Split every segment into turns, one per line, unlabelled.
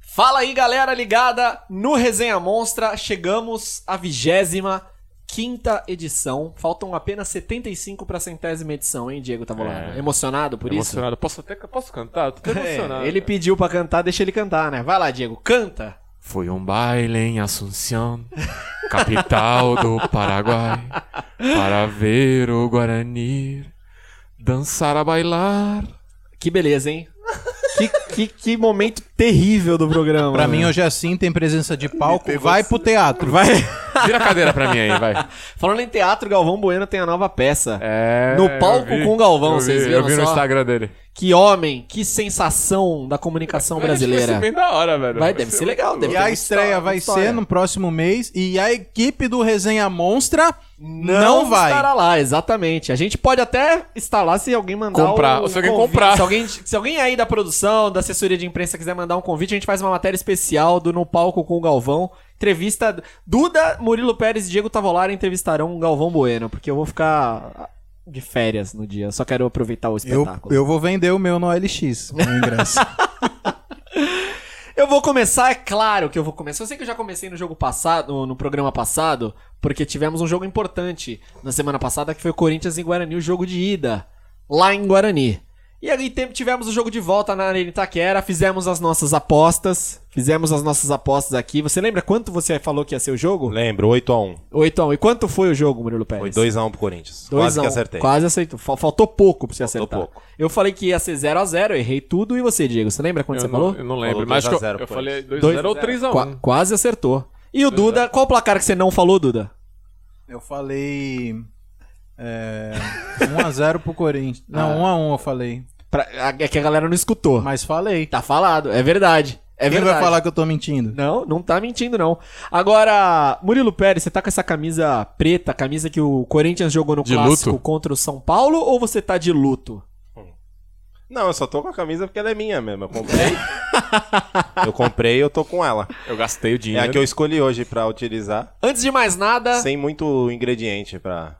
Fala aí, galera ligada no Resenha Monstra. Chegamos à vigésima quinta edição. Faltam apenas 75 para a centésima edição, hein, Diego Tavolaro?
É.
Emocionado por isso?
emocionado. Posso até posso cantar? Tô até emocionado.
É, ele pediu pra cantar, deixa ele cantar, né? Vai lá, Diego, canta.
Foi um baile em Assunção, capital do Paraguai, para ver o Guarani dançar a bailar.
Que beleza, hein? Que, que, que momento terrível do programa.
Pra
né?
mim, hoje é assim, tem presença de palco, vai
assim.
pro teatro. Vai.
Vira a cadeira pra mim aí, vai.
Falando em teatro, Galvão Bueno tem a nova peça.
É,
No palco
eu vi.
com o Galvão,
Eu vi,
vocês
Eu
viram
vi no
só?
Instagram dele.
Que homem, que sensação da comunicação
Vai ser
brasileira.
bem da hora, velho.
Vai, deve ser legal, deve
E
ter
a
muita
estreia
história,
vai
muita história.
ser no próximo mês. E a equipe do Resenha Monstra não, vai.
estará lá, exatamente. A gente pode até estar lá se alguém mandar
Comprar,
o
se alguém comprar.
Se alguém, se alguém aí da produção, da assessoria de imprensa quiser mandar um convite, a gente faz uma matéria especial do No Palco com o Galvão. Entrevista Duda, Murilo Pérez e Diego Tavolari entrevistarão o Galvão Bueno, porque eu vou ficar de férias no dia. Eu Só quero aproveitar o
Eu,
espetáculo.
eu vou vender o meu no OLX, o ingresso.
Eu vou começar, é claro que eu vou começar. Eu sei que eu já comecei no jogo passado, no programa passado, porque tivemos um jogo importante na semana passada que foi Corinthians e Guarani, o jogo de ida, lá em Guarani. E aí tem- tivemos o jogo de volta na Arena Itaquera, fizemos as nossas apostas, fizemos as nossas apostas aqui. Você lembra quanto você falou que ia ser o jogo?
Lembro, 8x1.
8x1. E quanto foi o jogo, Murilo Pérez?
Foi 2x1 pro Corinthians.
Dois
Quase
a
que
um.
acertei.
Quase acertou. Fal- Faltou pouco pra você
Faltou
acertar.
pouco.
Eu falei que ia ser 0x0, errei tudo. E você, Diego? Você lembra quanto
Eu
você
não,
falou?
Eu não lembro,
Falou
mas
2 a
eu,
0
eu
pro
falei
Dois
2x0
a
ou
zero.
3x1.
Qua- quase acertou. E o Duda, qual o placar que você não falou, Duda?
eu falei. É, 1x0 pro Corinthians.
Ah.
Não, 1x1 eu falei.
Pra- a- é que a galera não escutou.
Mas falei.
Tá falado, é verdade. É
Quem
verdade.
vai falar que eu tô mentindo?
Não, não tá mentindo, não. Agora, Murilo Pérez, você tá com essa camisa preta, camisa que o Corinthians jogou no
De
clássico
luto?
contra o São Paulo, ou você tá de luto?
Não, eu só tô com a camisa porque ela é minha mesmo. Eu comprei. eu comprei e eu tô com ela.
Eu gastei o
É
dinheiro.
a que eu escolhi hoje pra utilizar.
Antes de mais nada,
Sem muito ingrediente pra,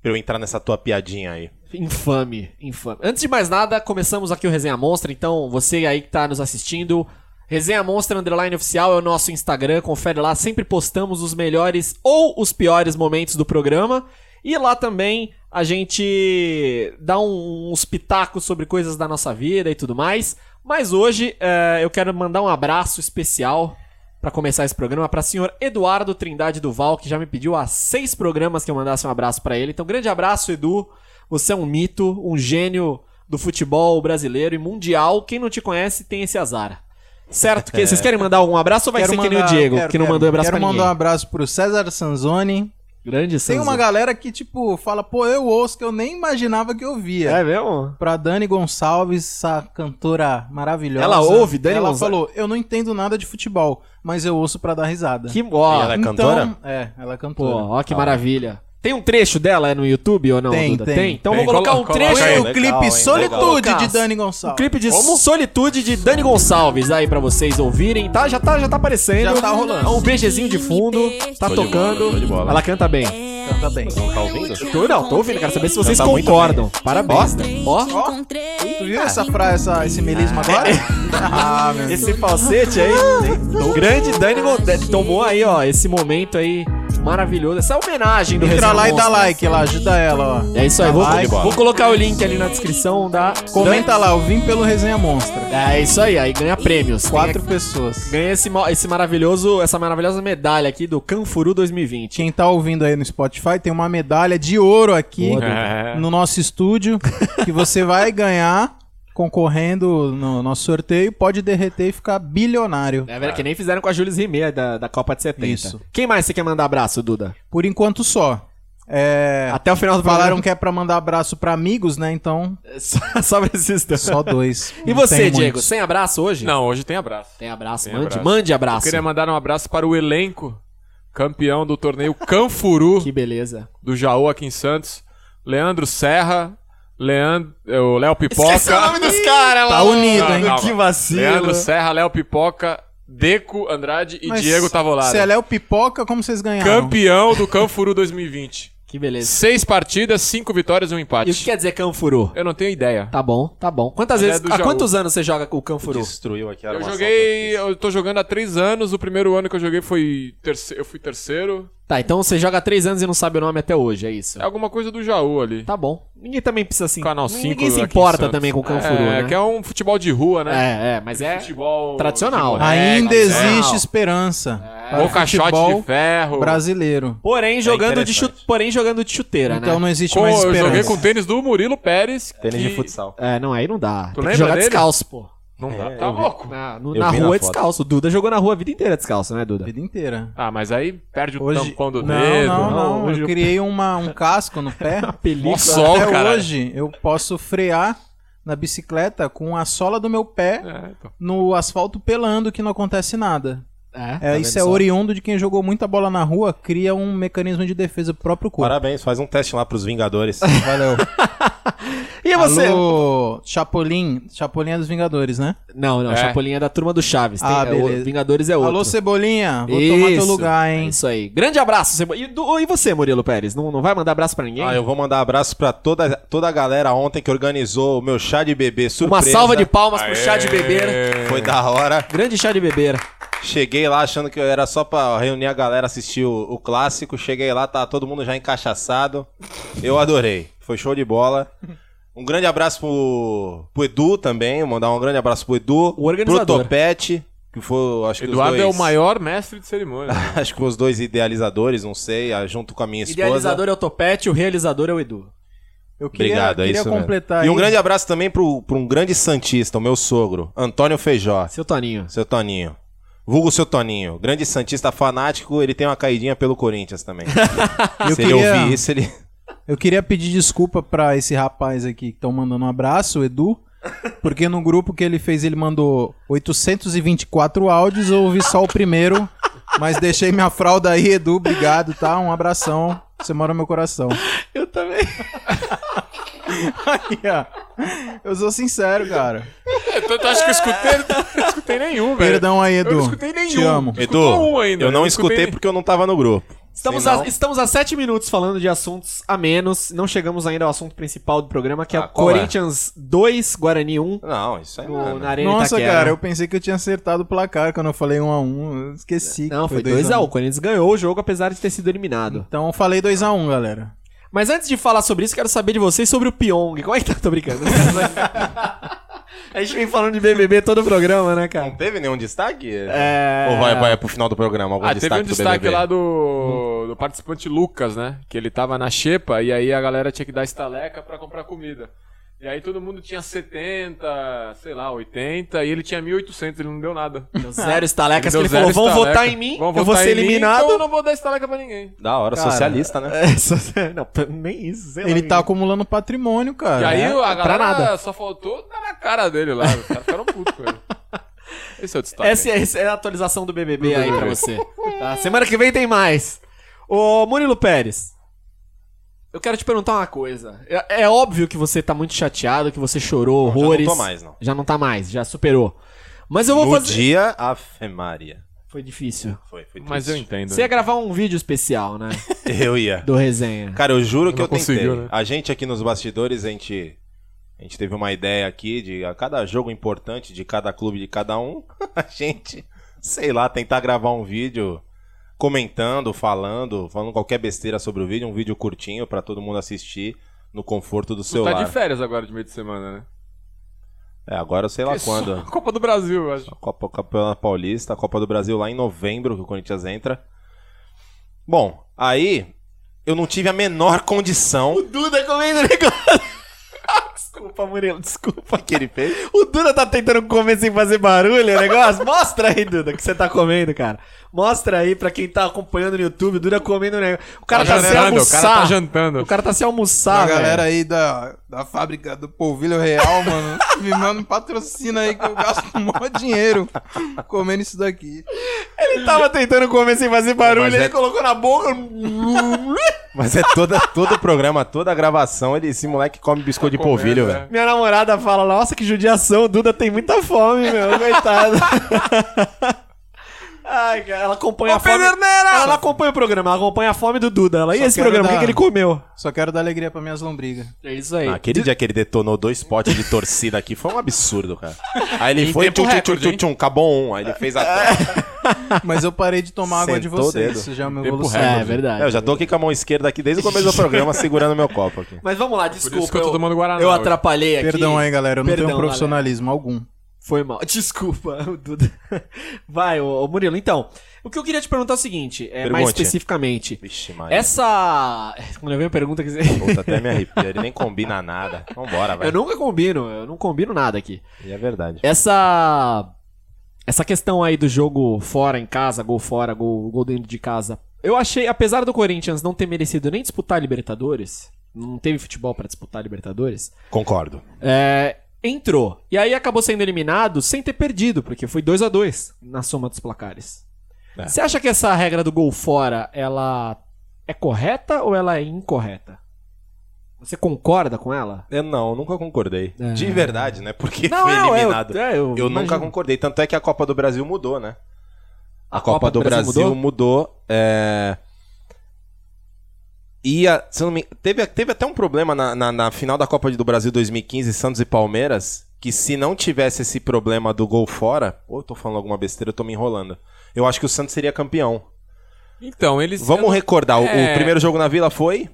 pra eu entrar nessa tua piadinha aí.
Infame, infame. Antes de mais nada, começamos aqui o Resenha Monstra, então você aí que tá nos assistindo, Resenha Monstra Underline Oficial é o nosso Instagram, confere lá, sempre postamos os melhores ou os piores momentos do programa. E lá também a gente dá um- uns pitacos sobre coisas da nossa vida e tudo mais. Mas hoje eh, eu quero mandar um abraço especial Pra começar esse programa, pra senhor Eduardo Trindade Duval, que já me pediu há seis programas que eu mandasse um abraço pra ele. Então, grande abraço, Edu. Você é um mito, um gênio do futebol brasileiro e mundial. Quem não te conhece tem esse azar. Certo? Que- Vocês querem mandar algum abraço ou vai ser que nem o Diego,
É. quero-
que não
quero-
mandou abraço
Quero
pra
mandar um
ninguém?
abraço pro César Sanzoni.
Grande
Tem
Sanzo.
uma galera que, tipo, fala, pô, eu ouço que eu nem imaginava que eu via.
É mesmo?
pra Dani Gonçalves, essa cantora maravilhosa.
Ela ouve Dani
Ela
Gonçalves?
falou: Eu não entendo nada de futebol, mas eu ouço pra dar risada.
Que ó,
E ela é
Então,
cantora?
É, ela é
Pô,
cantora.
ó que maravilha. Tem um trecho dela é no YouTube ou não,
Tem,
Duda?
tem.
Então
Tem,
vou colocar
colo-
um
coloca
trecho
aí.
Foi o
legal,
clipe
hein,
Solitude
legal.
de Dani
O
Gonçalves.
clipe de Solitude de Dani Gonçalves aí pra vocês ouvirem, tá? Já tá, já tá aparecendo.
Já tá rolando.
É Um beijezinho de fundo, tá
de
Tô
bola,
tocando.
tô de bola.
Ela canta bem.
Canta bem.
Tá ouvindo?
Tô, não, tô ouvindo, quero saber se vocês
Canta muito
concordam. Parabéns. Ó,
Ó,
Tu viu essa frase, essa- esse melisma
é.
agora? ah, meu
esse falsete aí. O grande Dani Gon- de- tomou aí, ó, esse momento aí maravilhoso. Essa é homenagem do
Entra
Resenha
lá e dá
Monstros.
like, ela ajuda ela, ó.
É isso aí, vou,
Dá like.
vou colocar o link ali na descrição da.
Comenta lá, eu vim pelo Resenha Monstra.
É isso aí, aí ganha prêmios. Tem
Quatro pessoas.
Ganhei esse, ma- esse maravilhoso, essa maravilhosa medalha aqui do Canfuru 2020.
Quem tá ouvindo aí no Spotify tem uma medalha de ouro aqui
Boa,
Duda.
no nosso estúdio que você vai ganhar concorrendo no nosso sorteio. Pode derreter e ficar bilionário.
É, velho, que nem fizeram com a Jules Rimet da, da Copa de 70.
Isso.
Quem mais você quer mandar abraço, Duda?
Por enquanto só. É,
Até o final do
falaram
programa.
que é pra mandar abraço pra amigos, né? Então
É, Só, só precisa.
só dois.
E
Não
você,
tem
Diego,
muitos.
sem abraço hoje?
Não, hoje tem abraço.
Tem abraço,
Tem
mande,
abraço.
mande
Eu
abraço.
queria mandar um abraço para o elenco campeão do torneio Canfuru
Que beleza.
do Jaú aqui em Santos. Léo Serra, Leandro, eh, o Léo Pipoca,
dos caras
Tá unido, hein?
Calma.
Que vacilo.
Leandro Serra, Léo Pipoca, Deco Andrade e
Mas
é
Diego tá Tavolaro.
Se ela é o pipoca, como vocês ganharam?
Campeão do Canfuru 2020.
Que beleza.
Seis partidas, cinco vitórias e um
E o que
empate.
quer dizer Canfuru?
Eu não tenho ideia.
Tá bom, tá bom. Quantas
Ele é
vezes,
do
há
Jaú.
quantos anos você joga com o Canfuru?
Destruiu aqui a
Eu
armação.
joguei. Eu tô jogando há três anos. O primeiro ano que eu joguei foi. terceiro. Eu fui terceiro.
Tá, então você joga há três anos e não sabe o nome até hoje, é isso.
É alguma coisa do Jaú ali.
Tá bom. Ninguém também precisa se...
Canal 5
Ninguém se
aqui em
importa
Santos.
também com o Canfuru,
é,
né?
que é um futebol de rua, né?
É, é, mas é...
Futebol
Tradicional.
de moleque,
Ainda
né?
existe esperança. para o
Ou caixote É. de
futebol
ferro.
brasileiro.
Porém jogando, de
interessante.
chu- Porém, jogando de chuteira,
Então
né?
não existe
Com-
mais
eu joguei
esperança.
com o tênis do Murilo Pérez.
Tênis
que-
de futsal.
É, não, aí não dá. Tem que
lembra
jogar
dele?
descalço, pô.
Não dá,
É,
tá
eu vi.
louco.
Na, no-
Eu
na
vi na
rua é
foto.
descalço. O Duda jogou na rua a vida inteira descalço, né,
A
Duda?
vida inteira.
Ah, mas aí perde o
Hoje...
tampão do
não,
dedo.
não, não,
hoje eu-
Eu criei uma, um casco no pé.
Película.
Mó sol,
Até
cara.
hoje eu posso frear na bicicleta com a sola do meu pé
É, então.
no asfalto pelando que não acontece nada.
É,
É,
tá
isso
vendo
é
só?
oriundo de quem jogou muita bola na rua, cria um mecanismo de defesa pro próprio corpo.
Parabéns, faz um teste lá pros Vingadores.
Valeu.
E você?
Alô, Chapolin, Chapolin é dos Vingadores, né?
Não, não,
É.
Chapolin é da turma do Chaves. Tem,
Ah,
é, o
beleza.
Vingadores é outro.
Alô, Cebolinha, vou tomar teu
Isso,
lugar,
é
hein?
isso aí. Grande abraço, Cebo- e, do- e você, Murilo Pérez? Não, não vai mandar abraço pra ninguém?
Ah, eu vou mandar abraço pra toda, toda a galera ontem que organizou o meu chá de bebê
Uma
surpresa.
salva de palmas pro
Aê.
chá de
né?
beber.
Foi da hora.
Grande chá de beber.
Cheguei lá achando que era só pra reunir a galera assistir o, o clássico. Cheguei lá, tá todo mundo já encaixaçado. Eu adorei. Foi show de bola. Um grande abraço pro, pro Edu também. Vou Mandar um grande abraço pro Edu.
O organizador.
Pro Topete, que foi, acho que
Eduardo
os
é o
dois...
maior mestre de cerimônia.
Acho que os dois idealizadores, não sei, ah, junto com a minha esposa.
Idealizador é o Topete, o realizador é o Edu.
Eu queria,
Obrigado, é
queria
isso
completar
mesmo. E um
aí.
grande abraço também pro, pro um grande santista, o meu sogro, Antônio Feijó,
Seu Toninho.
seu Toninho. Vulgo seu Toninho, grande santista fanático, ele tem uma caidinha pelo Corinthians também.
Eu
Se ele
queria-
ouvir isso, ele...
Eu queria pedir desculpa pra esse rapaz aqui que estão mandando um abraço, o Edu, porque no grupo que ele fez ele mandou 824 áudios, eu ouvi só o primeiro, mas deixei minha fralda aí, Edu, obrigado, tá? Um abração, você mora no meu coração.
Eu também.
Aí, ó, eu sou sincero, cara.
Eu tu acha que eu escutei? Eu não escutei nenhum, velho.
Perdão aí, Edu.
Eu não escutei nenhum.
Te amo.
Edu,
Escutou um ainda,
eu não
eu
escutei
escutei-
porque eu não tava no grupo.
Estamos
Senão-
a, estamos a sete minutos falando de assuntos a menos. Não chegamos ainda ao assunto principal do programa, que é
Ah,
o
qual é?
Corinthians 2, Guarani 1.
Não, isso aí
No, na
não. né?
Arena
Nossa,
Itaquera.
cara, eu pensei que eu tinha acertado o placar quando eu falei 1x1, eu esqueci. que
Não, foi
dois a
2x1.
um.
O Corinthians ganhou o jogo, apesar de ter sido eliminado.
Então eu falei 2x1, galera.
Mas antes de falar sobre isso, quero saber de vocês sobre o Pyong. Como é que tá? Tô brincando. a gente vem falando de BBB todo o programa, né,
Não
cara?
teve nenhum destaque?
É.
Ou vai, vai pro final do programa algum
Ah,
destaque
teve um
do
destaque
BBB?
lá do, do participante Lucas, né? Que ele tava na xepa e aí a galera tinha que dar estaleca pra comprar comida. E aí todo mundo tinha 70, sei lá, 80, e ele tinha 1.800, ele não deu nada.
Deu Zero estalecas que
deu
ele falou:
zero
vão
estaleca.
votar em mim,
Vão
eu vou
votar
ser
em mim,
eliminado.
então eu não vou dar estaleca pra ninguém.
Da hora,
Cara,
socialista, né?
É, só- não, p- nem isso. sei lá,
Ele tá
ninguém.
acumulando patrimônio, cara.
E aí
É,
a
pra
galera
nada.
só faltou dar na cara dele lá. Os caras ficaram putos com ele. Esse é o
Tá
destaque.
Essa, essa é a atualização do BBB aí pra
BBB.
você. Tá? Semana que vem tem mais. Ô, Murilo Pérez. Eu quero te perguntar uma coisa. É, é óbvio que você tá muito chateado, que você chorou
Não, já não tô
horrores.
mais, não.
Já não tá mais, já superou. Mas eu vou
no
fazer.
dia, a Maria.
Foi difícil.
Foi, foi
Mas eu
triste.
entendo.
Você ia gravar um vídeo especial, né?
Eu ia.
Do resenha.
Cara, eu juro que
Não
eu tentei.
conseguiu, né?
A gente aqui nos bastidores, a gente, a gente teve uma ideia aqui de a cada jogo importante de cada clube, de cada um, a gente, sei lá, tentar gravar um vídeo comentando, falando, falando qualquer besteira sobre o vídeo, um vídeo curtinho pra todo mundo assistir no conforto do
Tu
seu
tá
lar.
de férias agora de meio de semana, né?
É, agora eu sei lá
Porque
quando.
só a Copa do Brasil, eu acho.
Copa Campeonato Paulista, Copa do Brasil lá em novembro que o Corinthians entra. Bom, aí eu não tive a menor condição.
Duda comendo negócio. desculpa, Murilo, desculpa. que ele fez? O Duda tá tentando comer sem fazer barulho o negócio. Mostra aí, Duda, o que você tá comendo, cara. Mostra aí pra quem tá acompanhando no YouTube. O Duda comendo o negócio. O cara tá, sem
jantando, o
almoçar.
cara tá jantando.
O cara tá sem
Pra
almoçar,
galera
velho.
aí da, da fábrica do Polvilho Real, mano, me manda um patrocínio aí que eu gasto um maior dinheiro comendo isso daqui.
Ele tava tentando comer sem fazer barulho.
Mas
Ele
é-
colocou na boca.
Mas é toda, todo o programa, toda a gravação, ele, esse moleque come biscoito de
Comendo,
polvilho,
é.
velho.
Minha namorada fala, nossa, que judiação, o Duda tem muita fome, meu, coitado. Ai, ela, ela acompanha
Ô,
a fome.
Pederneiras!
Ela não acompanha o programa, ela acompanha a fome do Duda. Ela, e
Só
esse
quero
programa, o que,
dar-
que ele comeu?
Só quero dar alegria pra minhas lombrigas.
É isso aí.
Aquele dia que ele detonou dois potes de torcida aqui foi um absurdo, cara. Aí ele
Em
foi,
tempo
tchum, tchum,
recorde,
tchum,
hein?
tchum, acabou um. Aí ele fez
É.
a.
Mas eu parei de tomar água de
Sentou o
vocês.
dedo.
Isso já é uma
Tempo
evolução.
É, é verdade.
É, eu já tô aqui com a mão esquerda aqui desde o começo do programa segurando meu copo aqui.
Mas vamos lá,
isso
desculpa.
que eu tô tomando Guaraná
eu
hoje.
atrapalhei aqui.
Perdão aí, galera. Eu não
Perdão,
tenho profissionalismo algum.
Foi mal. Desculpa, o Duda. Vai, ô, ô Murilo. Então, o que eu queria te perguntar é o seguinte, é, mais
Pergunte.
especificamente.
Vixe, Maria.
Essa. Quando eu vi a pergunta, quer dizer.
Puta, até me arrepia. Ele nem combina nada. Vambora,
Eu
vai.
nunca combino, eu não combino nada aqui.
E é verdade.
Essa. Essa questão aí do jogo fora, em casa, gol fora, gol, gol dentro de casa. Eu achei, apesar do Corinthians não ter merecido nem disputar a Libertadores, não teve futebol pra disputar a Libertadores,
Concordo.
é, entrou. E aí acabou sendo eliminado sem ter perdido, porque foi 2 a 2 na soma dos placares.
É.
Você acha que essa regra do gol fora, ela é correta ou ela é incorreta? Você concorda com ela?
Eu não, nunca concordei.
É.
De verdade, né? Porque foi
é, eu-
eliminado.
é,
eu nunca
imagino.
concordei. Tanto é que a Copa do Brasil mudou, né? A,
A
Copa, do, Brasil, mudou. é... Ia, se eu não me... teve, teve até um problema na, na- na final da Copa do Brasil 2015, Santos e Palmeiras, que se não tivesse esse problema do gol fora, ou eu tô falando alguma besteira, eu tô me enrolando. Eu acho que o Santos seria campeão.
Então, eles.
Vamos recordar, o- o,
É.
primeiro jogo na Vila foi?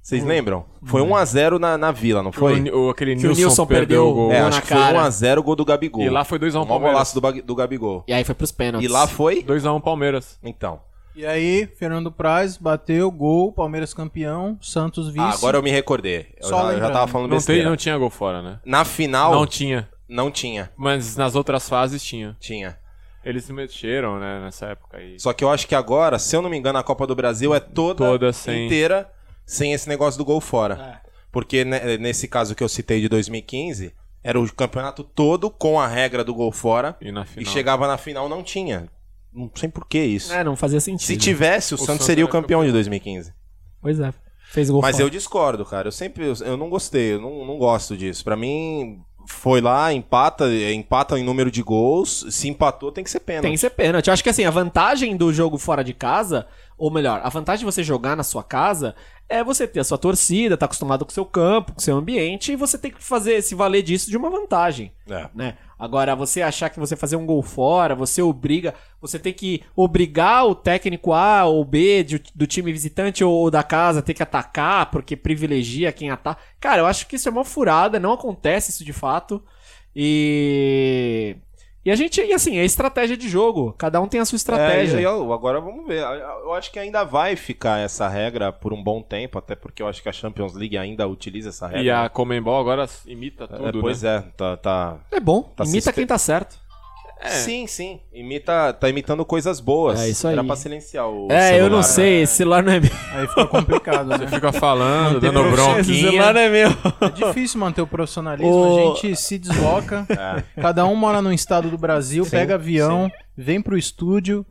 Vocês lembram? Foi 1x0 na, na Vila, não foi?
O, o, aquele
Que o
Nilson,
Nilson
perdeu,
perdeu
o gol.
É,
gol
acho
na
que foi
cara.
1x0 o gol do Gabigol.
E lá foi 2x1
o maior
Palmeiras.
golaço do, Bag- do Gabigol.
E aí foi pros pênaltis.
E lá foi?
2x1 Palmeiras.
Então.
E aí, Fernando Praz bateu, gol, Palmeiras campeão, Santos vice.
Ah, agora eu me recordei.
Só
Eu já, eu já
lembrando.
tava falando
Não, tem,
besteira.
não tinha gol fora, né?
Na final,
Não
não,
tinha.
tinha.
Mas nas outras fases tinha.
Tinha.
Eles se mexeram, né, nessa época aí.
Só que eu acho que agora, se eu não me engano, a Copa do Brasil é toda,
Toda sem.
inteira sem esse negócio do gol fora.
É.
Porque né, nesse caso que eu citei de 2015, era o campeonato todo com a regra do gol fora.
E na
E
final.
chegava na final, não tinha. Não sei por que isso.
É, não fazia sentido.
Se tivesse, o, Santos
Santos
seria o
era
campeão de 2015.
Pois é. Fez o gol
Mas
fora.
eu discordo, cara. Eu sempre. Eu, eu não gostei, eu não, não gosto disso. Pra mim, foi lá, empata, é, empata em número de gols. Se empatou, tem que ser pênalti.
Tem que ser pênalti. Eu acho que assim, a vantagem do jogo fora de casa, ou melhor, a vantagem de você jogar na sua casa é você ter a sua torcida, tá acostumado com o seu campo, com o seu ambiente, e você tem que fazer se valer disso de uma vantagem,
É.
né? Agora, você achar que você fazer um gol fora, você obriga, você tem que obrigar o técnico A ou B de- do time visitante ou, ou da casa ter que atacar, porque privilegia quem ataca. Cara, eu acho que isso é uma furada, não acontece isso de fato. E. E a gente, e assim, é estratégia de jogo. Cada um tem a sua estratégia.
É, e eu- agora vamos ver. Eu acho que ainda vai ficar essa regra por um bom tempo, até porque eu acho que a Champions League ainda utiliza essa regra.
E a Comembol agora imita
É,
tudo,
pois
né?
é, tá. tá-
É bom,
Tá se
imita
espe-
quem tá certo.
É.
Sim, sim. Imita, tá imitando coisas boas.
É, isso aí.
Era pra silenciar o.
é, eu não
celular, né?
sei, esse celular não é meu.
Aí ficou complicado, né?
Fica falando,
tem
dando
profissional.
Esse
bronquinha.
celular não é meu.
É difícil manter o profissionalismo,
O-
a gente se desloca.
É.
Cada um mora num estado do Brasil,
Sim,
pega avião, vem pro estúdio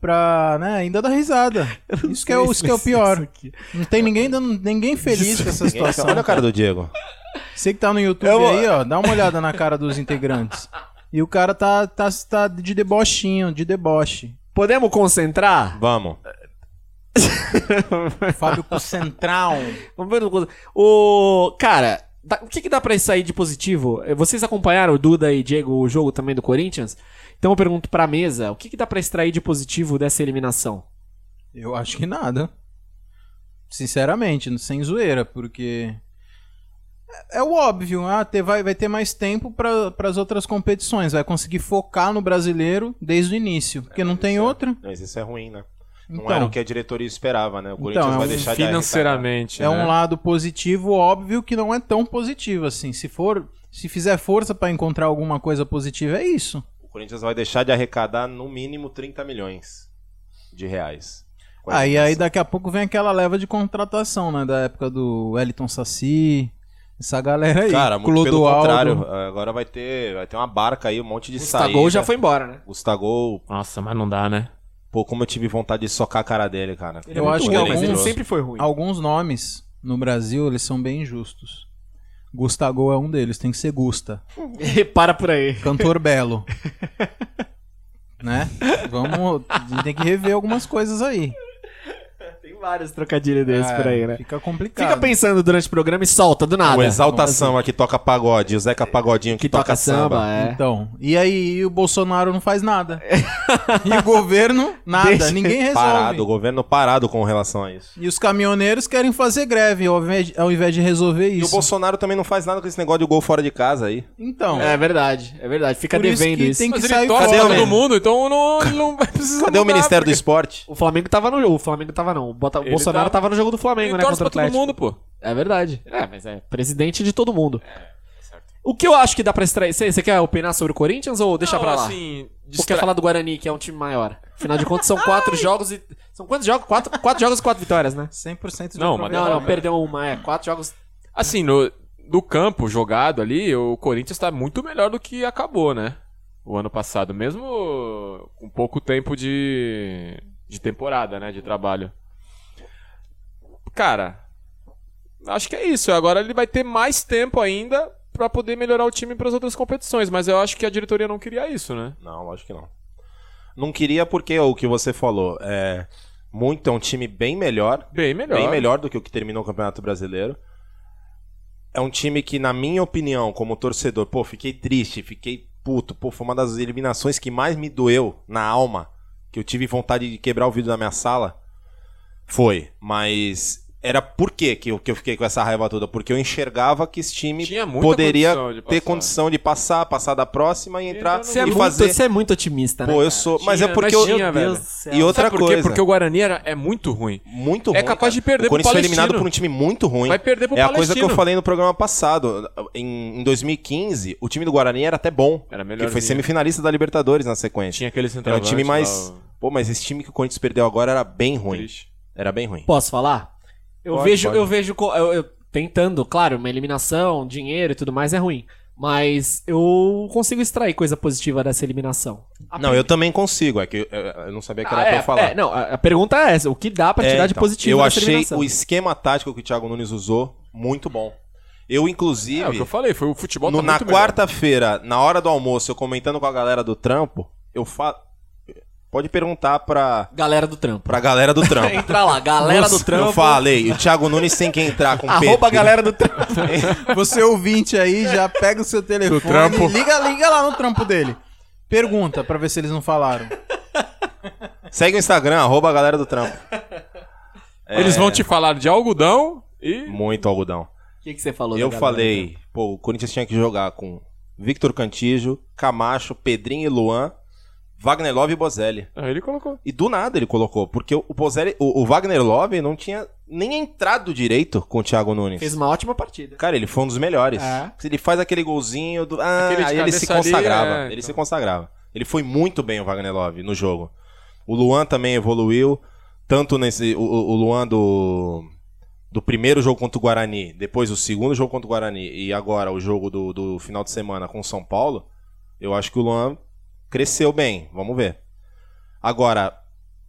pra, né, ainda dar risada. Isso que é, o- isso que é o pior. Não tem ninguém dando, ninguém feliz com essa
Ninguém-
situação.
é Olha a cara do Diego.
Você que tá no YouTube
Eu vou-
aí, ó, dá uma olhada na cara dos integrantes. E o cara tá, tá, tá de debochinho, de deboche.
Podemos concentrar?
Vamos.
Fábio Central.
Vamos ver o- o. Cara, dá- o que, que dá pra sair de positivo? Eh, Vocês acompanharam, Duda e Diego, o jogo também do Corinthians? Então eu pergunto pra mesa: o que, que dá pra extrair de positivo dessa eliminação?
Eu acho que nada. Sinceramente, sem zoeira, porque. É é o óbvio, ah, ter- vai, vai ter mais tempo para as outras competições, vai conseguir focar no brasileiro desde o início, porque não tem outra.
Mas É, isso é ruim, né? Não era o
Então,
que a diretoria esperava, né? O
Então,
Corinthians
é
vai
um
deixar de
Financeiramente,
é um
né?
lado positivo, óbvio, que não é tão positivo assim. Se for, se fizer força para encontrar alguma coisa positiva, é isso.
arrecadar. O Corinthians vai deixar de arrecadar no mínimo 30 milhões de reais.
Aí, aí daqui a pouco vem aquela leva de contratação, né, da época do Wellington Saci, essa galera aí.
Cara, muito pelo
Clodoaldo.
contrário. Agora vai ter, vai ter uma barca aí, um monte de
O
saída.
Stagol já foi embora, né?
Gustavo,
Nossa, mas não dá, né?
pô, como eu tive vontade de socar a cara dele, cara.
Ele Eu é muito acho
ruim,
que
né,
algum-
mas ele
Tenebroso.
sempre foi ruim.
Alguns nomes no Brasil, eles são bem injustos. Gustavo é um deles, tem que ser Gusta.
Para por aí.
Cantor Belo. né? Vamos. A gente tem que rever algumas coisas aí.
Tem vários trocadilhos desses
É,
por aí, né?
Fica complicado.
Fica pensando durante o programa e solta do nada.
O Exaltação aqui toca pagode, o Zeca Pagodinho que,
que toca samba, é.
Então, e aí e o Bolsonaro não faz nada. e o governo, nada.
Deixa
Ninguém resolve.
Parado, o governo parado com relação a isso.
E os caminhoneiros querem fazer greve ao invés de, ao invés de resolver
E
isso.
o Bolsonaro também não faz nada com esse negócio de gol fora de casa aí.
Então,
É verdade, é verdade. Fica
Por isso
devendo
que
isso.
tem
Mas
que
ele
sair
torce
fora.
pra
Cadê
todo
o-
mundo, então não, não vai precisar
Cadê o
mudar,
Ministério do
porque
Esporte?
O Flamengo tava no. O Flamengo tava não. O, Bota- o
Ele
Bolsonaro
tava-
tava... no jogo do Flamengo,
Ele
né?
torce
Contra o
pra todo
Atlético.
mundo, pô.
É verdade. É, mas é presidente de todo mundo. O que eu acho que dá pra extrair. Você quer opinar sobre o Corinthians ou deixa
Não,
pra lá?
Assim,
Ou quer
distra...
falar do Guarani, que é um time maior? Afinal de contas, são quatro jogos e. São quantos jogos? Quatro, quatro jogos e quatro vitórias, né?
100% de
Não,
aproveitamento.
Não,
Não,
não,
cara.
perdeu uma, é. Quatro jogos.
assim no, do campo jogado ali, o Corinthians tá muito melhor do que acabou, né? O ano passado, mesmo com pouco tempo de, de temporada, né? De trabalho. Cara, acho que é isso. Agora ele vai ter mais tempo ainda pra poder melhorar o time pras outras competições, mas eu acho que a diretoria não queria isso, né?
Não, lógico que não. Não queria porque o que você falou é muito é um time bem melhor,
Bem melhor.
bem melhor do que o que terminou o Campeonato Brasileiro. É um time que, na minha opinião, como torcedor, pô, fiquei triste, fiquei puto, pô, foi uma das eliminações que mais me doeu na alma, que eu tive vontade de quebrar o vidro da minha sala. Foi, mas era por quê que eu, que eu fiquei com essa raiva toda? Porque eu enxergava que esse time
Tinha muita
poderia
condição de
ter
passar. Então
condição de passar, passar da próxima e entrar
entrando
e
Você é, muito,
fazer.
você é muito otimista, né?
Pô, eu sou. Mas é
Tinha,
porque
mas
eu.
tinha, velho.
E outra
Sabe por quê?
coisa.
Porque o Guarani era, é muito ruim.
Muito
É
ruim.
capaz
cara.
de perder
O
pro
Corinthians foi
Palestino.
eliminado por um time muito ruim.
Vai perder pro
É a
Palestino.
coisa que eu falei no programa passado. Em, em 2015, o time do Guarani era até bom.
Era
Que
melhor.
foi semifinalista da Libertadores na sequência.
Tinha aquele
Era um
centroavante.
time mais.
lá, o-
Pô, mas esse time que o Corinthians perdeu agora era bem ruim.
Triste.
Era bem ruim.
Posso falar? Eu
Pode,
vejo,
pode.
eu vejo. co- Eu, eu- tentando, claro, uma eliminação, dinheiro e tudo mais é ruim. Mas eu consigo extrair coisa positiva dessa eliminação. A
Não, eu também consigo. É que eu, eu- eu não sabia que era
Ah,
pra
é,
eu falar.
é, não, a a pergunta é essa: o que dá pra
É,
tirar de
então,
positivo
Eu
dessa
achei
eliminação?
o esquema tático que o Thiago Nunes usou muito bom. Eu, inclusive.
É, o que eu falei, foi o futebol
No-
tá
na
muito melhor.
quarta-feira, na hora do almoço, eu comentando com a galera do trampo, eu falo. Pode perguntar pra,
Galera do trampo.
pra galera do trampo.
Entra lá, Então, galera do trampo.
Eu falei, o Thiago Nunes tem que entrar com
Arroba
PT.
galera do trampo.
Você ouvinte aí, já pega o seu telefone,
Do trampo.
liga, liga lá no trampo dele. Pergunta pra ver se eles não falaram.
Segue o Instagram, arroba galera do trampo. É.
Eles vão te falar de algodão e.
Muito algodão.
O que, que você falou, da
Eu
galera do trampo?
falei, pô, o Corinthians tinha que jogar com Victor Cantijo, Camacho, Pedrinho e Luan, Wagner Love e Bozelli.
Ah, ele colocou.
E do nada ele colocou, porque o Bozelli, o, o Wagner Love não tinha nem entrado direito com o Thiago Nunes.
Fez uma ótima partida.
Cara, ele foi um dos melhores.
É.
Ele faz aquele golzinho do. Ah,
Aquele de
aí ele se
cabeça ali,
consagrava.
é,
Ele
então.
se consagrava. Ele foi muito bem o Wagner Love no jogo. O Luan também evoluiu. Tanto nesse. O, o- o Luan do. Do primeiro jogo contra o Guarani, depois o segundo jogo contra o Guarani e agora o jogo do, do final de semana com o São Paulo, eu acho que o Luan cresceu bem. Vamos ver. Agora,